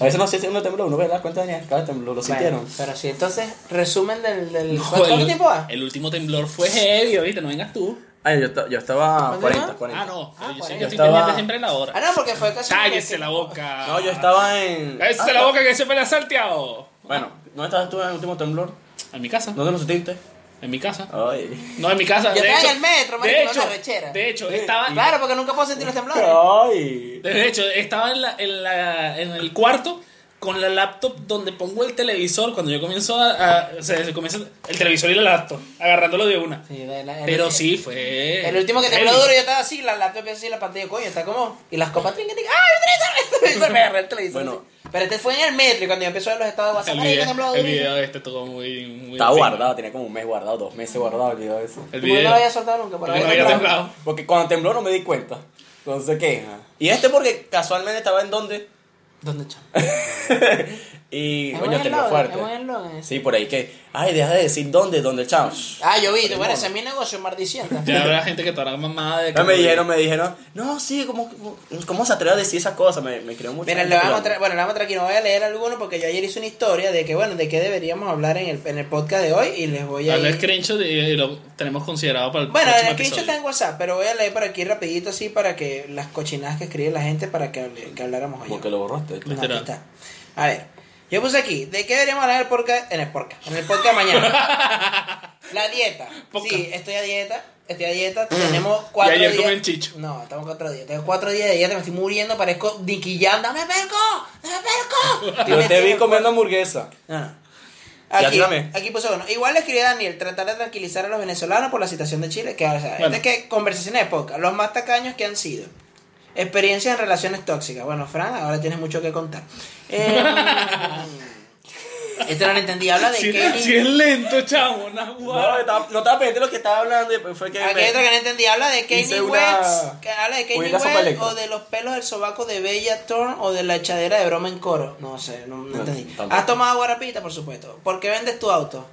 D: A veces no sé si uno tembló, uno ve la cuenta de Daniel, acaba de temblar, lo sintieron.
B: Bueno, pero sí, entonces, resumen del. del
F: No,
B: ¿Cuánto
F: el,
B: tiempo va?
F: el último temblor fue heavy, ahorita no vengas tú.
D: Ay, yo, esta- yo estaba
B: ¿Cuándo
D: 40,
B: era?
D: 40.
F: Ah, no.
B: Ah,
F: yo sé
B: por ahí.
F: que estoy
D: Estaba-
F: pendiente siempre de la hora.
B: Ah, no, porque fue casi.
F: Cállese la boca.
D: No, yo estaba en.
F: Cállese la boca que se me la ha salteado.
D: Bueno, ¿dónde estabas tú en el último temblor?
F: En mi casa.
D: ¿Dónde lo sentiste?
F: En mi casa.
D: Ay.
F: No, en mi casa.
B: Yo
F: de
B: estaba en
F: hecho-
B: el metro, marico,
F: De
B: no en
F: hecho,
B: la rechera.
F: de hecho, estaba.
B: Ah, Claro, porque nunca puedo sentir los temblores.
D: Ay.
F: De hecho, estaba en, la, en, la- en el cuarto con la laptop donde pongo el televisor. Cuando yo comienzo a. a- se, se comienza el televisor y la laptop, agarrándolo de una.
B: Sí, de la- el-
F: Pero sí, fue.
B: El último que tembló
F: heavy.
B: duro, yo estaba así, la laptop así, la pantalla, coño, está como. Y las copas trinquen, ¡ay, el [laughs] televisor! El televisor, me agarré el televisor.
D: Bueno.
B: así. Pero este fue en el metro y cuando yo empezó a ver los estados de WhatsApp,
F: El
B: ¡ay, que
F: video,
B: tembló
F: el
B: duro!
F: video este estuvo muy. muy
D: Estaba
F: fino.
D: guardado, tenía como un mes guardado, dos meses guardado el video eso.
F: El
B: Como yo no
F: video.
B: lo había soltado nunca, por
F: No,
B: ahí
F: no había
B: temblaba.
F: temblado.
D: Porque cuando tembló no me di cuenta. Entonces, ¿qué? Y este porque casualmente estaba
B: [laughs]
D: en donde.
B: ¿Dónde chamo?
D: y
B: Es
D: coño,
B: buen
D: tembló
B: eslogan,
D: fuerte.
B: es buen eslogan ese.
D: Sí, por ahí que. Ay, deja de decir dónde, dónde, chao.
B: Ah, yo vi, bueno, ese es mi negocio, mardicienta.
F: Ya habrá gente que estará mamada de. que-
D: No, me dijeron, me dijeron, no, sí, ¿cómo, cómo, cómo se atreve a decir esas cosas? Me, me creó mucho.
B: Mira, le vamos a traer, bueno, le vamos a traer aquí, no voy a leer alguno porque yo ayer hice una historia de que, bueno, de qué deberíamos hablar en el, en el podcast de hoy y les voy a...
F: Hazle
B: ir-
F: screenshot y, y lo tenemos considerado para el
B: Bueno,
F: próximo
B: el screenshot
F: episodio.
B: está en WhatsApp, pero voy a leer por aquí rapidito así para que las cochinadas que escribe la gente para que, hable- que habláramos hoy.
D: Porque lo borraste.
B: No, aquí
F: Literal.
B: está. A ver, yo puse aquí, ¿de qué deberíamos hablar en el podcast? En el podcast, en el podcast mañana.
F: [laughs]
B: la dieta.
F: Podcast.
B: Sí, estoy a dieta, estoy a dieta, tenemos cuatro
F: ayer
B: días.
F: comen chicho.
B: No, estamos cuatro días. Tengo cuatro días de dieta, me estoy muriendo, parezco Nicky Jam, dame perco, dame perco. Estoy
D: Yo te
B: metido
D: vi
B: en-
D: comiendo hamburguesa.
B: No, no.
D: Ya,
B: Ah. Aquí,
D: dígame.
B: aquí puso uno. Igual le escribí a Daniel, tratar de tranquilizar a los venezolanos por la situación de Chile. Que, o sea,
F: Bueno.
B: este que conversaciones de podcast. Los más tacaños que han sido. Experiencias en relaciones tóxicas. Bueno, Fran, ahora tienes mucho que contar. Eh, [laughs] este no lo entendí. Habla de
F: Si,
B: qué.
F: si es lento, chavo, una
D: No,
F: guada.
D: estaba, no estaba pendiente de lo que estaba hablando y después fue que.
B: Aquí
D: me-
B: hay otra Ah. que no entendí, habla de Kanye
D: Hice una-
B: West, que habla de Kanye
D: Hubiera sopa
B: West
D: eléctrica.
B: o de los pelos del sobaco de Bella Thorne o de la echadera de broma en coro. No sé, no, no entendí.
D: tampoco.
B: ¿Has tomado guarapita, por supuesto? ¿Por qué vendes tu auto?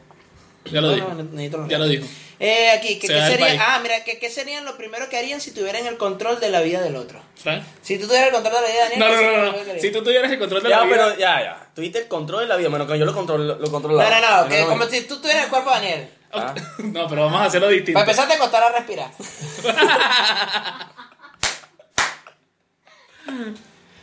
F: Ya lo
B: No,
F: dijo.
B: no, necesito los
F: Ya lo
B: datos.
F: dijo.
B: Eh, aquí, que,
F: Se
B: que
F: va del
B: sería,
F: país.
B: ah, mira, que, que serían lo primero que harían si tuvieran el control de la vida del otro.
F: Frank.
B: Si tú tuvieras el control de la vida de Daniel,
F: No,
B: ¿qué
F: no,
B: sería lo
F: no,
B: primero que
F: no.
B: harías?
F: Si tú tuvieras el control de la
D: Ya,
F: vida.
D: pero ya, ya. Tuviste el control de la vida. Bueno, que yo lo controlo. Lo controlaba.
B: No, no, no, que
D: Yo
B: como si tú tuvieras el cuerpo
F: [laughs]
B: de Daniel.
D: Ah.
F: No, pero vamos a hacerlo distinto.
B: Para empezar, te
F: [laughs]
B: costará respirar.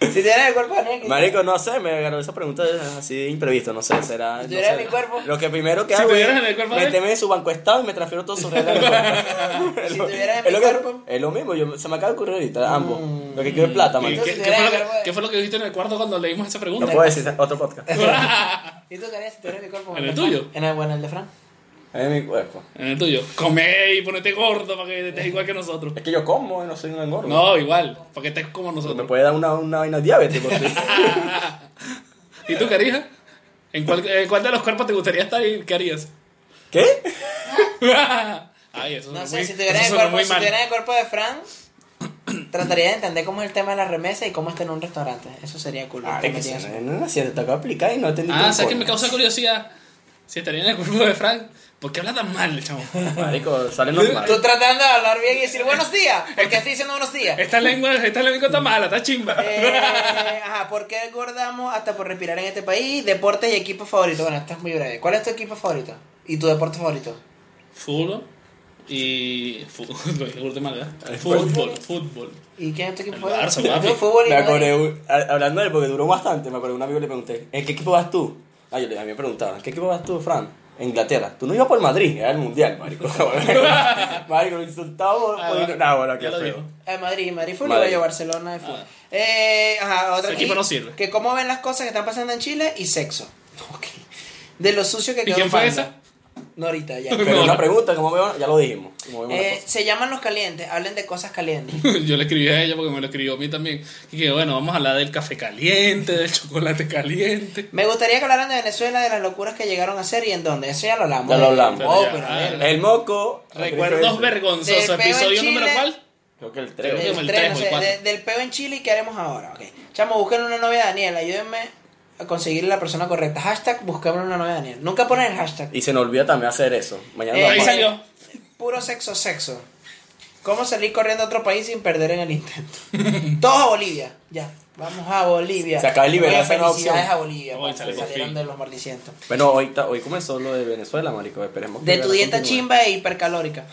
B: si tuvieras el cuerpo de Daniel, ¿qué
D: Marico, no sé, me agarró esa pregunta así de imprevisto, no sé, será.
B: Si
D: no
B: tuvieras
D: sé.
B: mi cuerpo.
D: Lo que primero que
F: Si
D: hago
F: tuvieras en el
D: es
F: cuerpo de él.
D: meterme en su banco estado y me transfiero
B: [laughs]
D: todo su regalo.
B: [laughs] Si tuvieras en
D: es,
B: mi
D: lo que-
B: cuerpo.
D: es lo mismo, yo, se me acaba de ocurrir ahorita, ambos. Lo que quiero es plata,
F: ¿Qué,
D: marico.
F: qué-
B: Entonces,
F: qué fue lo
B: mira,
F: que, qué fue lo que viste en el cuarto cuando leímos esa
D: No
F: pregunta?
B: Mm.
D: puedo decir
B: [laughs]
D: otro podcast.
B: ¿Y tú qué harías si tuvieras mi cuerpo?
F: ¿En el
B: de Fran?
F: tuyo?
B: En el, bueno, el de Fran.
D: Es mi cuerpo.
F: [laughs] En el tuyo. Come y ponete gordo para que estés igual que nosotros.
D: Es que yo como y no soy un engordo.
F: No, igual. Para que estés como
D: Me
F: nosotros.
D: puede dar una, una vaina diabética.
B: [laughs]
D: sí.
F: ¿Y tú qué harías? ¿En cuál, en cuál de los cuerpos te gustaría estar y qué harías? [laughs]
D: ¿Qué?
F: Ay, eso suena
B: No sé,
F: muy-
B: si tuvieras
F: eso
B: el
F: suena
B: cuerpo,
F: muy
B: si
F: mal.
B: tuvieras el cuerpo de Fran, trataría de entender cómo es el tema de la remesa y cómo está en un restaurante. Eso sería cool.
D: Ah,
B: porque
D: es que
B: me tiene
D: si
B: eso.
D: no, no, no, si te acabo de aplicar y no entendí.
F: Ah,
D: todo,
F: ¿sabes qué
D: coño.
F: me causa curiosidad? Si estaría en el cuerpo de Frank, ¿por qué habla tan mal, chamo?
D: Marico, sale normal.
B: Tú tratando de hablar bien y decir buenos días, porque estoy diciendo buenos
F: [laughs]
B: días.
F: Esta lengua, esta lengua está mala, está chimba.
B: Eh, ajá, ¿por qué engordamos hasta por respirar en este país? Deporte y equipo favorito. Bueno, esto es muy breve. ¿Cuál es tu equipo favorito? ¿Y tu deporte favorito?
F: Fútbol y. [laughs] Fútbol, el último, ¿verdad? Fútbol, fútbol. [laughs]
B: ¿Y quién es tu equipo
F: El
B: favorito?
F: Barça,
B: Yo
F: papi.
B: fútbol y
D: Me
B: Madrid.
D: acordé, un- a- hablando de él, porque duró bastante, me acordé, un amigo le pregunté, ¿en qué equipo vas tú? Ah, yo le, a mí me preguntaban, ¿qué equipo vas tú, Fran? En Inglaterra. Tú no ibas por Madrid, era el Mundial, marico. [laughs] marico, lo insultamos.
F: Ah,
D: por-
F: va.
D: no, bueno,
F: Ya
D: qué
F: lo
D: feo.
F: dijo.
B: Eh, Madrid, Madrid fútbol
D: Madrid.
B: y yo Barcelona de fútbol.
F: Ah.
B: Eh, ajá, otro
F: Ese equipo no sirve.
B: Que cómo ven las cosas que están pasando en Chile y sexo. [laughs] Ok. De lo sucio que
F: ¿Y
B: quedó
F: quién
B: en
F: fue
B: Fanda. No ahorita,
F: [laughs]
B: ya.
D: Pero una pregunta, ¿cómo me van? Ya lo dijimos. ¿Cómo me van las
B: Eh,
D: cosas?
B: se llaman los calientes, hablen de cosas calientes.
F: Yo le escribí a ella porque me lo escribió a mí también. Y que bueno, vamos a hablar del café caliente, del chocolate caliente.
B: Me gustaría que hablaran de Venezuela, de las locuras que llegaron a hacer y en dónde. Eso ya lo hablamos.
D: Ya lo hablamos.
B: Oh,
F: Ya,
B: pero
F: ah,
B: verga.
D: El moco.
F: Recuerdos
D: vergüenza.
F: vergonzosos.
B: Del peo en
F: ¿Episodio
B: Chile.
F: número cuál?
D: Creo que el
F: Creo que-
D: 3.
F: como
B: Del,
F: el
B: tren,
F: tres o
B: no
F: el
B: sé,
F: cuatro.
B: de- del peo en Chile y qué haremos ahora. Ok. Chamo, busquen una novia de Daniel, ayúdenme a conseguir la persona correcta. Hashtag busquemos una novia de Daniel. Nunca ponen el hashtag.
D: Y se nos olvida también hacer eso. Mañana
B: Eh,
D: lo
F: Ahí
D: vamos a-
F: salió. [laughs]
B: Puro sexo, sexo. ¿Cómo salir corriendo a otro país sin perder en el intento? [laughs] Todos a Bolivia. Ya. Vamos a Bolivia.
D: Se acaba de liberar
B: Oye,
D: esa nueva
B: felicidades
D: opción.
B: a Bolivia.
F: Oye,
B: porque
F: sale por
B: salieron
F: fin.
B: de los maldicientos.
D: Bueno, hoy, ta- hoy comenzó lo de Venezuela, marico. Esperemos que
B: De tu
D: la
B: dieta
D: continúe.
B: chimba e hipercalórica.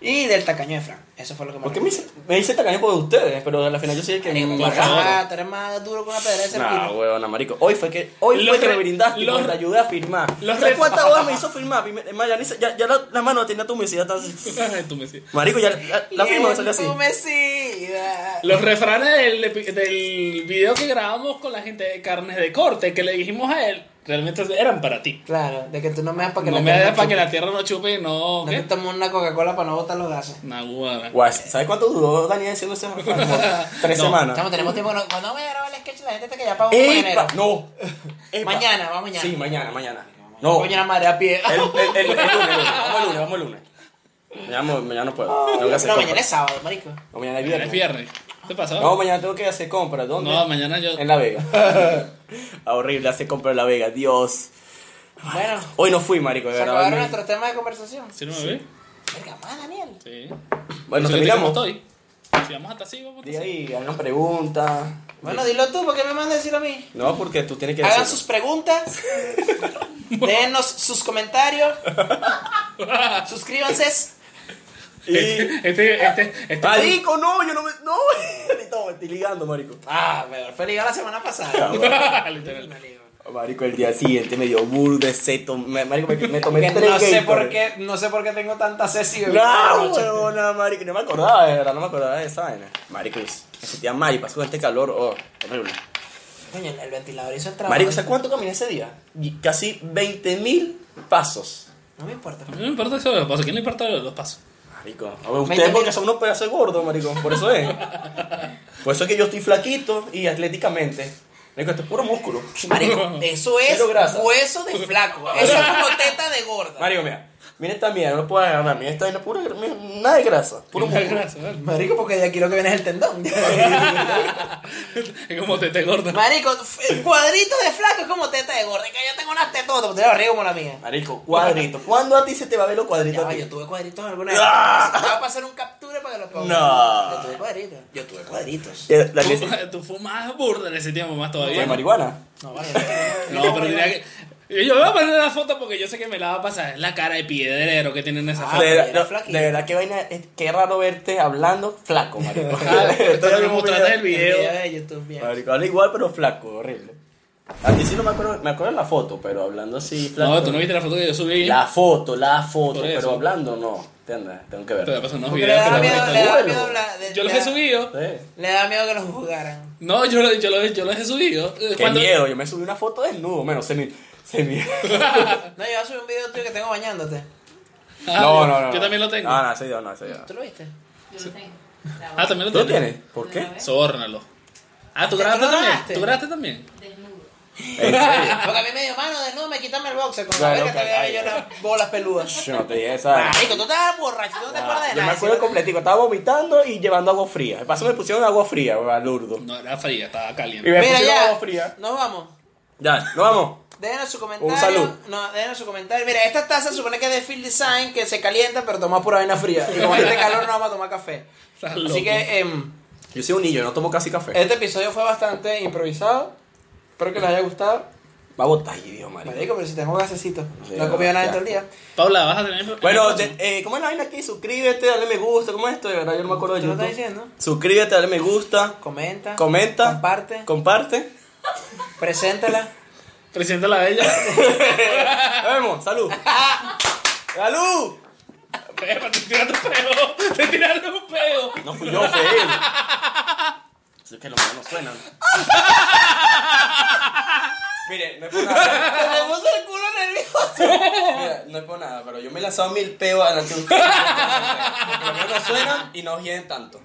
B: y del tacaño de Fran. Eso fue lo que me
D: ¿Por qué me hice, me hice tacaño por ustedes? Pero al final yo soy el que me
B: Marico,
F: Por
B: tú
F: favor.
B: eres más- tú eres más duro que una pedra de
D: Nah,
B: serpino.
D: huevona, marico. Hoy fue que, hoy
F: Los
D: fue que
F: re-
D: me brindaste
F: los-
D: y te ayudé a firmar.
F: los
D: ¿Sabes
F: re-
D: cuántas horas
F: [laughs]
D: me hizo firmar? Y me- es más, ya, ni se- ya, ya la, la mano tenía tu misión.
F: Ay, tú me sigues.
D: Marico, ya la, la firma me salió así.
B: Entumecida.
F: Los refranes del, epi- del video que grabamos con la gente de carnes de corte que le dijimos a él, realmente eran para ti.
B: Claro, de que tú no me das para que
F: No
B: la
F: me
B: tierra
F: da para que
B: chupe.
F: la tierra no chupe y no.
B: No
F: ¿qué?
B: te tomes una Coca-Cola para no botar los gases.
F: Una guada.
D: Guay, ¿sabes cuánto duró Daniel haciendo ese refrán? Como Tres
F: No.
D: semanas.
B: Chamo, tenemos tiempo. No, cuando voy a grabar el sketch, la gente está que ya pagó por enero.
D: ¡Epa! No. Epa.
B: Mañana, vamos mañana.
D: Sí, mañana, mañana. No.
B: Coño, la madre a [laughs] pie.
D: El, el, el, el lunes, el lunes. Vamos el lunes, vamos el lunes. Mañana, mo- mañana no puedo. Tengo que hacer
B: No, mañana
D: compras.
B: es sábado, marico.
D: No, mañana es
F: Mañana es
D: viernes.
F: viernes. ¿Qué pasó?
D: No, mañana tengo que hacer compras. ¿Dónde?
F: No, mañana yo.
D: En La Vega. [laughs] Ah, Horrible, hacer compras en La Vega. Dios.
B: Bueno,
D: Hoy no fui, marico. de
B: se
D: verdad,
B: acabaron
D: me-
B: nuestros temas de conversación.
F: ¿Sí no me ve?
B: Verga, más, Daniel.
F: Sí. Pues
D: Bueno,
F: Eso es lo que
D: terminamos.
F: estoy. Si vamos hasta así, vamos hasta
D: De
F: así.
D: ahí, hagan preguntas.
B: Bueno, dilo tú, porque me mandas a decir a mí.
D: No, porque tú tienes que
B: Hagan
D: decir.
B: sus preguntas.
D: [laughs]
B: Déjenos sus comentarios. Suscríbanse.
D: [laughs] Y...
F: [laughs] Este, este, este. [laughs]
D: Marico, no, yo no me. No, [laughs] ahorita me estoy ligando, marico.
B: Ah, pero fue ligado la semana pasada.
F: Ah, Literal.
D: Marico, el día siguiente me dio burde seto. me- Marico, me, me tomé
B: Que
D: tres
B: no sé
D: Gatorade.
B: por qué, no sé por qué tengo tanta Ah, sed y
D: No, huevona, marico, no me acordaba, de verdad, no me acordaba de esa vaina. Marico, me sentía mal y pasó con este calor, oh, horrible.
B: Coño, el ventilador hizo el trabajo.
D: Marico, ¿sabes cuánto caminé ese día? Y Casi 20.000 pasos.
B: No me importa.
F: No me importa eso de los pasos. ¿Quién le importa lo de los pasos?
D: Marico, a ver,
B: 20.000.
D: ustedes porque son unos pedazos de gordos, marico, por eso es. Por eso es que yo estoy flaquito y atléticamente. Marico, esto es puro músculo.
B: [laughs] Marico, eso es
D: Cero grasa.
B: hueso de flaco. [laughs] Eso es como teta de gorda.
D: Marico, mira, mira esta mierda, no puedo agarrar, mira esta vaina, pura, mira, nada de grasa, puro
F: Una
D: músculo.
F: grasa, ¿vale? [laughs]
B: Marico, porque de aquí lo que viene es el tendón.
F: Es como te, te gorda.
B: [laughs] Marico, f- cuadrito de flaco es como teta de gorda. Que yo tengo unas tetotas, pero te arriba como la mía.
D: Marico, cuadrito. ¿Cuándo a ti se te va a ver los
B: Ya
D: cuadritos?
B: va,
D: a ti?
B: yo tuve cuadritos alguna vez.
D: Ah.
B: Te voy a pasar un captura para que lo pongas.
D: No.
B: Yo tuve cuadritos. Yo tuve cuadritos.
D: Eh, la-
F: Tú, tú fumabas burda en ese tiempo más
D: ¿De
F: todavía.
D: marihuana?
B: No, vale. no.
F: No, pero diría que. y Yo voy a poner la foto porque yo sé que me la va a pasar. Es la cara de piedrero que tienen esa
B: Ah,
F: foto.
D: de,
B: pero
D: verdad,
B: era
D: no,
B: flaquito.
D: de verdad, qué vaina, es- qué raro verte hablando flaco,
B: [laughs]
F: Ah,
D: marico.
F: Pero me
D: mismo
F: mostraste el
B: El video
D: video.
F: video.
B: de YouTube, bien.
D: Marico, habla igual, pero flaco, horrible. A ti sí no me acuerdo, me acuerdo de la foto, pero hablando así, flaco.
F: No, tú no viste la foto que yo subí.
D: La foto, la foto,
F: Por eso.
D: pero hablando no. ¿Entiendes? Tengo que
F: Te voy a
D: ver.
F: pasar unos
B: Porque le
F: videos.
B: da
F: pero-
B: miedo,
D: está
B: le da
D: bueno.
B: miedo hablar de-
F: Yo los
B: le
F: he
B: da-
F: subido.
D: Sí.
B: Le da miedo que los juzgaran.
F: No, yo, lo- yo, lo- yo los he subido. Eh,
D: Qué
F: [laughs]
D: miedo, yo me subí una foto desnudo, menos se me. Se me...
B: No, yo voy a subir un video tuyo que tengo bañándote.
F: Ah,
D: no,
F: yo-
D: no, no.
F: Yo también lo tengo.
D: No, no, ese yo no, ese yo. no.
B: ¿Tú lo viste?
G: Yo lo tengo.
F: Ah, también lo
D: ¿Tú lo
F: tengo.
D: tienes? ¿Por qué?
F: Sórnalo. Ah, ¿tú
B: ¿Tú
F: grabaste
B: lo
F: también?
B: grabaste?
F: ¿Tú grabaste también?
G: Desnudo.
D: ¿En serio?
B: Porque a mí me dio mano desnudo, me quitame el boxer. Con
D: Claro,
B: la verga te
D: claro.
B: veo yo las bolas peludas.
D: Yo no te dije esa.
B: Marico, tú estabas borracho, tú no te acuerdas de
D: Yo
B: nada.
D: me acuerdo completico, estaba vomitando y llevando agua fría. De paso me pusieron agua fría, balurdo.
F: No era fría, estaba
D: Y
F: caliente.
D: me
B: Mira,
D: pusieron
B: ya.
D: agua fría.
B: Nos vamos.
D: Ya, nos vamos.
B: Déjenos su comentario.
D: Un salud.
B: No, déjenos su comentario. Mira, esta taza se supone que es de Field Design, que se calienta, pero toma pura vaina fría. Y como este calor no vamos a tomar café.
F: Estás
B: Así
F: loco.
B: que em,
D: Yo soy un niño, no tomo casi café.
B: este episodio fue bastante improvisado. Espero que les haya gustado.
D: Va a botar, ay, Dios, marico.
B: Marico, pero si tengo gasecito.
D: Sí,
B: No he comido nada en
D: ya.
B: todo el día.
F: Paula, vas a tener.
D: Bueno, de- eh, ¿cómo es la vaina aquí? Suscríbete, dale me gusta, ¿cómo es esto? De verdad, yo no me acuerdo de
B: ¿Tú lo
D: YouTube.
B: estás diciendo?
D: Suscríbete, dale me gusta,
B: Comenta.
D: comenta,
B: Comparte.
D: comparte.
B: preséntala.
F: Presenta la [laughs] bella.
D: Nos vemos, salud. ¡Salud!
F: Pepa, te tiraste un peo. Te tiraste un peo.
D: No fui yo, fue él. Es que los míos no suenan. Mire, no es por nada.
B: Se le puso el culo nervioso.
D: Mira, no es por nada, pero yo me he lanzado mil peos adelante de un carro. Porque los míos no suenan y no hieden tanto.